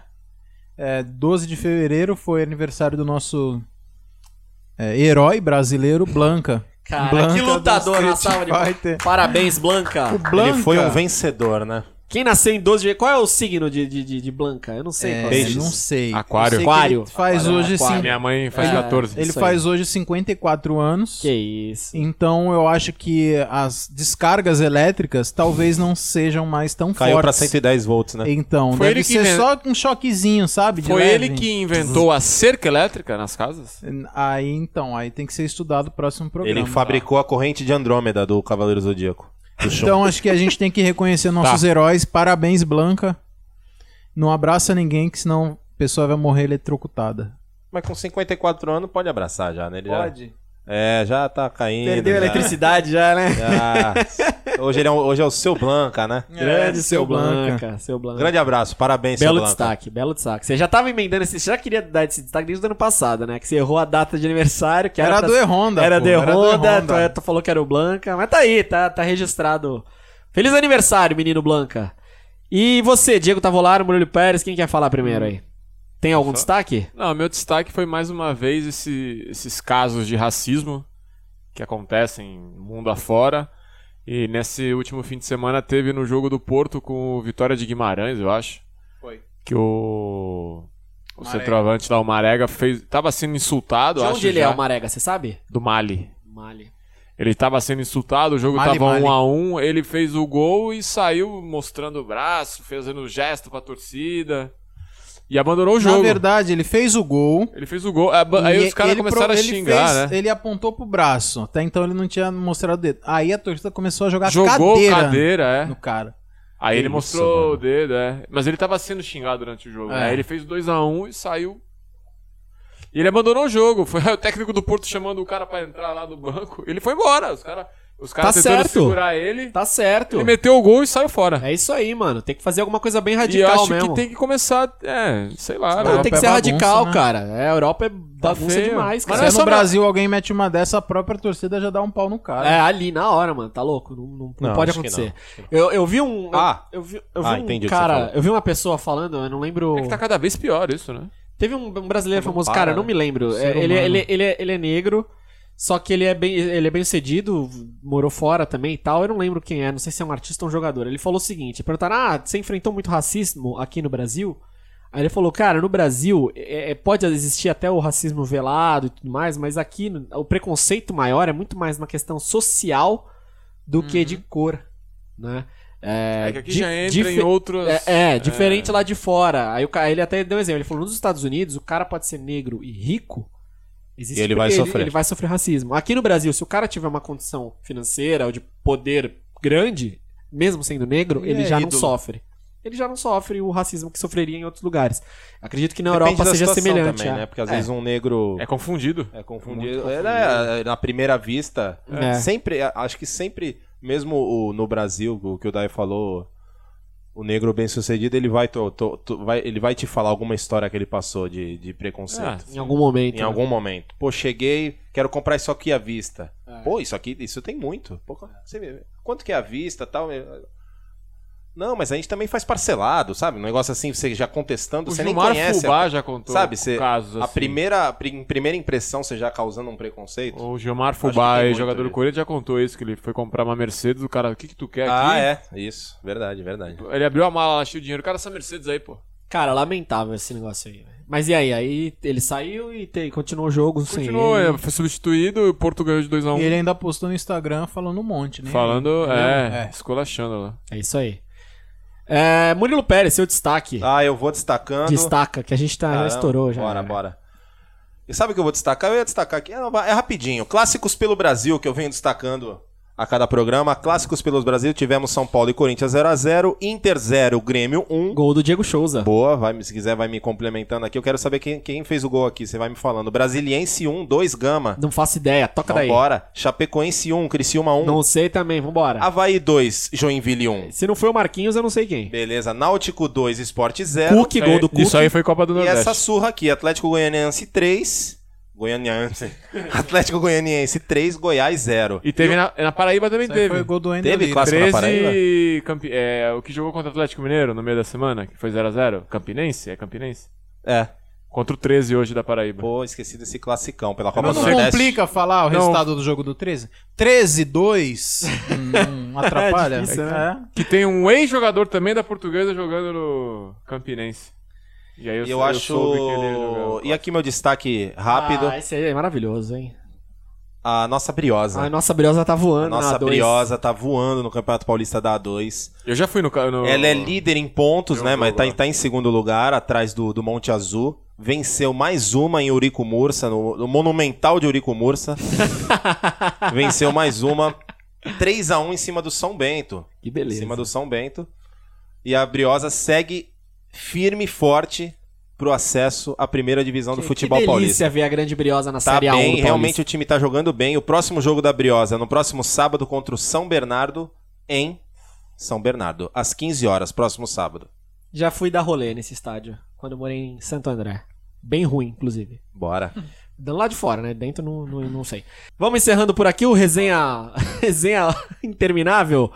É, 12 de fevereiro foi aniversário do nosso é, herói brasileiro, Blanca.
Cara,
Blanca
que lutador
do
na
Street
sala de
Fighter.
Parabéns, Blanca.
O Blanca
Ele foi um vencedor, né?
Quem nasceu em 12 de. Qual é o signo de, de, de, de Blanca? Eu não sei.
é,
qual é.
Peixes.
Não sei.
Aquário.
Eu sei que
Aquário.
Ele faz
Aquário,
hoje
aquário.
sim.
Minha mãe faz
É.
14.
Ele
Isso
faz hoje 54 anos.
Que isso.
Então eu acho que as descargas elétricas talvez não sejam mais tão
Caiu pra
fortes.
110 volts, né?
Então,
Foi
deve
ele que
ser
inven-
só um choquezinho, sabe? de
Foi
leve.
ele que inventou a cerca elétrica nas casas?
Aí então, aí tem que ser estudado o próximo programa.
Ele
tá.
fabricou a corrente de Andrômeda do Cavaleiro Zodíaco. Do show.
Então acho que a gente tem que reconhecer nossos heróis. Parabéns, Blanca. Não abraça ninguém, que senão a pessoa vai morrer eletrocutada.
Mas com 54 anos pode abraçar já, né? Ele já- É, já tá caindo.
né?
Perdeu a
já.
eletricidade já, né?
Já. Hoje, ele é um- hoje é o seu Blanca, né?
Grande
É, seu Blanca.
Seu Blanca.
Grande abraço, parabéns,
é
seu
Belo
Blanca.
destaque, belo destaque. Você já tava emendando esse. Você já queria dar esse destaque desde o ano passado, né? Que você errou a data de aniversário, que era,
Era
pra-
do E-Honda.
Era
pô,
de Honda, tá.
E-Honda.
tu, tu falou que era o Blanca, mas tá aí, tá, tá registrado. Feliz aniversário, menino Blanca. E você, Diego Tavolaro, Murilo Pérez, quem quer falar
Hum.
primeiro aí? Tem algum destaque?
Não, meu destaque foi mais uma vez esse- esses casos de racismo que acontecem mundo afora. E nesse último fim de semana teve no jogo do Porto com o Vitória de Guimarães, eu acho.
Foi.
Que o. O
Marega.
centroavante lá, o Marega, fez, tava sendo insultado,
De
acho.
onde ele
já,
é, o Marega, você sabe?
Do Mali.
Mali.
Ele estava sendo insultado, o jogo
Mali,
estava
Mali.
1 a 1 ele fez o gol e saiu mostrando o braço, fazendo gesto pra torcida e abandonou o
Na
jogo.
verdade, ele fez o gol.
Ele fez o gol, ab-
e
aí os caras
ele
começaram
pro-
a
ele
xingar,
fez-
né?
Ele apontou pro braço. Até então ele não tinha mostrado o dedo. Aí a torcida começou a jogar
Jogou
cadeira,
cadeira, é.
no cara.
Aí ele
isso,
mostrou
mano.
o dedo, é. Mas ele tava sendo xingado durante o jogo.
É.
Aí ele fez 2 a 1 e saiu. E ele abandonou o jogo. Foi o técnico do Porto chamando o cara pra entrar lá do banco. Ele foi embora. Os caras os cara
Tá
tentando
certo.
segurar ele.
Tá certo.
Ele meteu o gol e saiu fora.
É isso aí, mano. Tem que fazer alguma coisa bem
e eu
É radical
acho
mesmo.
que tem que começar, é, sei lá,
Não,
né? Tá
tem que
é
ser
bagunça,
radical,
né?
cara. É, a Europa é bagunça
feio.
demais,
Mas
cara.
não é
Se
só
no
pra-
Brasil alguém mete uma dessa, a própria torcida já dá um pau no cara.
É, ali, na hora, mano. Tá louco? Não, não- não
Não,
pode
acho que
acontecer. Eu, eu vi um. eu-
Ah.
eu vi, eu vi
Ah,
um
entendi o que você
cara.
falou.
Eu vi uma pessoa falando, eu não lembro.
É que tá cada vez pior isso, né?
Teve um, um brasileiro
Não
famoso,
para,
cara, eu
né?
não me lembro.
Ser
É, ele,
humano.
ele, ele, é- ele é negro, só que ele é bem ele é bem sucedido, morou fora também e tal. Eu não lembro quem é, não sei se é um artista ou um jogador. Ele falou o seguinte: perguntaram, ah, você enfrentou muito racismo aqui no Brasil? Aí ele falou, cara, no Brasil é- é- pode existir até o racismo velado e tudo mais, mas aqui no- o preconceito maior é muito mais uma questão social do que de cor, né?
Uhum. É, que aqui
di-
já entra
dife-
em outros.
é, é, diferente lá de fora. Aí o cara, ele até deu um exemplo. Ele falou: nos Estados Unidos, o cara pode ser negro e rico. existe-
E ele vai sofrer.
Ele vai sofrer racismo. Aqui no Brasil, se o cara tiver uma condição financeira ou de poder grande, mesmo sendo negro,
Ele
ele
é
já não
ídolo.
sofre. Ele já não sofre o racismo que sofreria em outros lugares. Acredito que na
Depende
Europa
da
seja
situação
semelhante.
também,
é.
né? Porque às
É.
vezes um negro
É confundido.
é, confundido. É, né? na primeira vista,
É.
sempre, a- acho que sempre, mesmo o- no Brasil, o que o Dai falou, o negro bem sucedido, ele vai, to- to- to- vai- ele vai te falar alguma história que ele passou de, de
Ah,
preconceito.
Em algum momento. né?
Em algum momento. Pô, cheguei, quero comprar isso aqui à vista.
É.
Pô, isso aqui, isso tem muito. Pô, você vê, quanto que é à vista tal? Não, mas a gente também faz parcelado, sabe? Um negócio assim, você já contestando,
o
você
Gilmar
nem conhece. a-
Fubá já contou
sabe, cê-
casos
a
assim.
primeira, a pri- em primeira impressão, você já causando um preconceito?
O Gilmar
Acho que
Fubá,
tem
eh,
muito
jogador do
disso.
Corinthians, já contou isso, que ele foi comprar uma Mercedes, o cara, o que que tu quer
ah,
aqui?
é. Isso, verdade, verdade.
Ele abriu a mala, achou o dinheiro. Cara, essa Mercedes aí, pô.
Cara, lamentável esse negócio aí. velho. Mas e aí? Aí ele saiu e te- continuou o jogo sem.
Continuou,
ele.
eh, foi substituído e o Porto ganhou de 2 a 1
E ele ainda postou no Instagram falando um monte, né?
É, Falando, é,
É.
escolachando lá.
É isso aí. É, Murilo Pérez, seu destaque.
Ah, eu vou destacando.
Destaca, que a gente tá, já
Caramba,
estourou já.
Bora,
né?
bora. E sabe o que eu vou destacar? Eu ia destacar aqui, é é rapidinho. Clássicos pelo Brasil, que eu venho destacando a cada programa. Clássicos pelo Brasil, tivemos São Paulo e Corinthians 0x0, Inter 0, Grêmio 1.
Gol do Diego Souza.
Boa, vai, se quiser vai me complementando aqui. Eu quero saber quem, quem fez o gol aqui, você vai me falando. Brasiliense 1, 2 Gama.
Não faço ideia, toca daí.
Vambora. Chapecoense 1, Criciúma 1.
Não sei também, vambora.
Havaí 2, Joinville 1.
Se não foi o Marquinhos, eu não sei quem.
Beleza, Náutico 2, Sport 0.
Cook, gol do Cook.
Isso aí foi Copa do
E
Nordeste.
essa surra aqui, Atlético Goianiense 3, Goianiense. Atlético Goianiense 3, Goiás 0.
E teve na, na Paraíba também
Isso aí
teve.
foi o gol do Ender
Teve
Lira.
clássico Tá na
13 campe... é, o que jogou contra o Atlético Mineiro no meio da semana, que foi 0x0. Campinense? É Campinense?
É.
Contra o 13 hoje da Paraíba.
Pô, esqueci desse classicão pela Copa
Mas
do
não
Nordeste.
complica falar o
Não.
resultado do jogo do 13? 13, 2. Não atrapalha.
É difícil, né?
Que tem um ex-jogador também da Portuguesa jogando no Campinense. E aí eu,
E
eu
eu acho.
soube que ele jogava.
E aqui meu destaque rápido:
Ah, esse aí é maravilhoso, hein?
a nossa Briosa.
A nossa Briosa tá
A
é
voando
nossa
na A2.
Briosa tá voando no Campeonato Paulista da A2.
Eu já fui no. ca- no...
Ela é líder em pontos,
Eu
né?
vou
Mas tá,
lá.
tá em segundo lugar, atrás do, do Monte Azul. Venceu mais uma em Urico Mursa, no, no Monumental de Urico Mursa. Venceu mais uma. 3 a 1 em cima do São Bento.
Que
Em
beleza.
cima do São Bento. E a Briosa segue firme e forte pro acesso à primeira divisão do
Que-
futebol
que
paulista.
delícia ver a grande briosa na
Tá
Série A1 do
bem,
Paulista.
realmente o time tá jogando bem. O próximo jogo da Briosa é no próximo sábado contra o São Bernardo em São Bernardo, às 15 horas, próximo sábado.
Já fui dar rolê nesse estádio, quando eu morei em Santo André. Bem ruim, inclusive.
Bora.
Dando lá de fora, né? Dentro não, não, não sei. Vamos encerrando por aqui o resenha. Resenha interminável.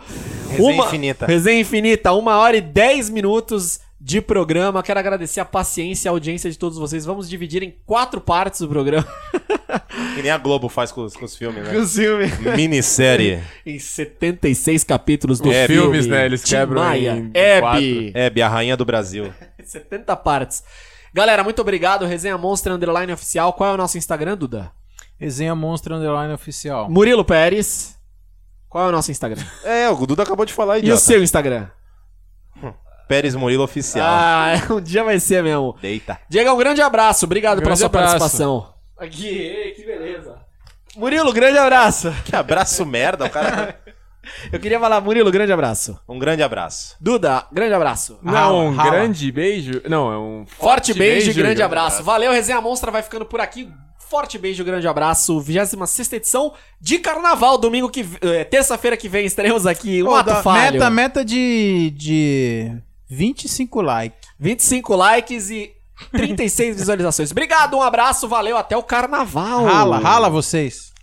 Resenha infinita.
Resenha infinita. Uma hora e dez minutos de programa. Quero agradecer a paciência e a audiência de todos vocês. Vamos dividir em quatro partes o programa.
Que nem a Globo faz com os, com os filmes, né?
Filme.
Minissérie.
Em 76 capítulos do
Os
filme.
filmes, né, eles
Tim
quebram
Maia,
em
Hebe.
Hebe, É, a rainha do Brasil.
70 partes. Galera, muito obrigado. Resenha Monstro Underline Oficial. Qual é o nosso Instagram, Duda?
Resenha Monstro Underline Oficial.
Murilo Pérez. Qual é o nosso Instagram?
É, o Duda acabou de
E
falar,
o
idiota.
seu Instagram?
Pérez Murilo Oficial.
Ah, um dia vai ser mesmo.
Deita.
Diego, um grande abraço. Obrigado pela
Grande
sua
abraço.
participação. Aqui, ei, que beleza. Murilo, grande abraço.
Que abraço merda, o cara.
Eu queria falar, Murilo, grande abraço.
Um grande abraço.
Duda, grande abraço.
Não,
Rala,
um
rala.
grande beijo. Não, é um
Forte beijo, e grande
cara.
abraço. Valeu, Resenha Monstra vai ficando por aqui. Forte beijo, grande abraço. 26 edição de carnaval, domingo que. eh, terça-feira que vem estaremos aqui. Um
Ô,
ato
da-
falho.
Meta, meta de, de 25 likes.
25 likes e 36 visualizações. Obrigado, um abraço, valeu, até o carnaval.
Rala, rala vocês.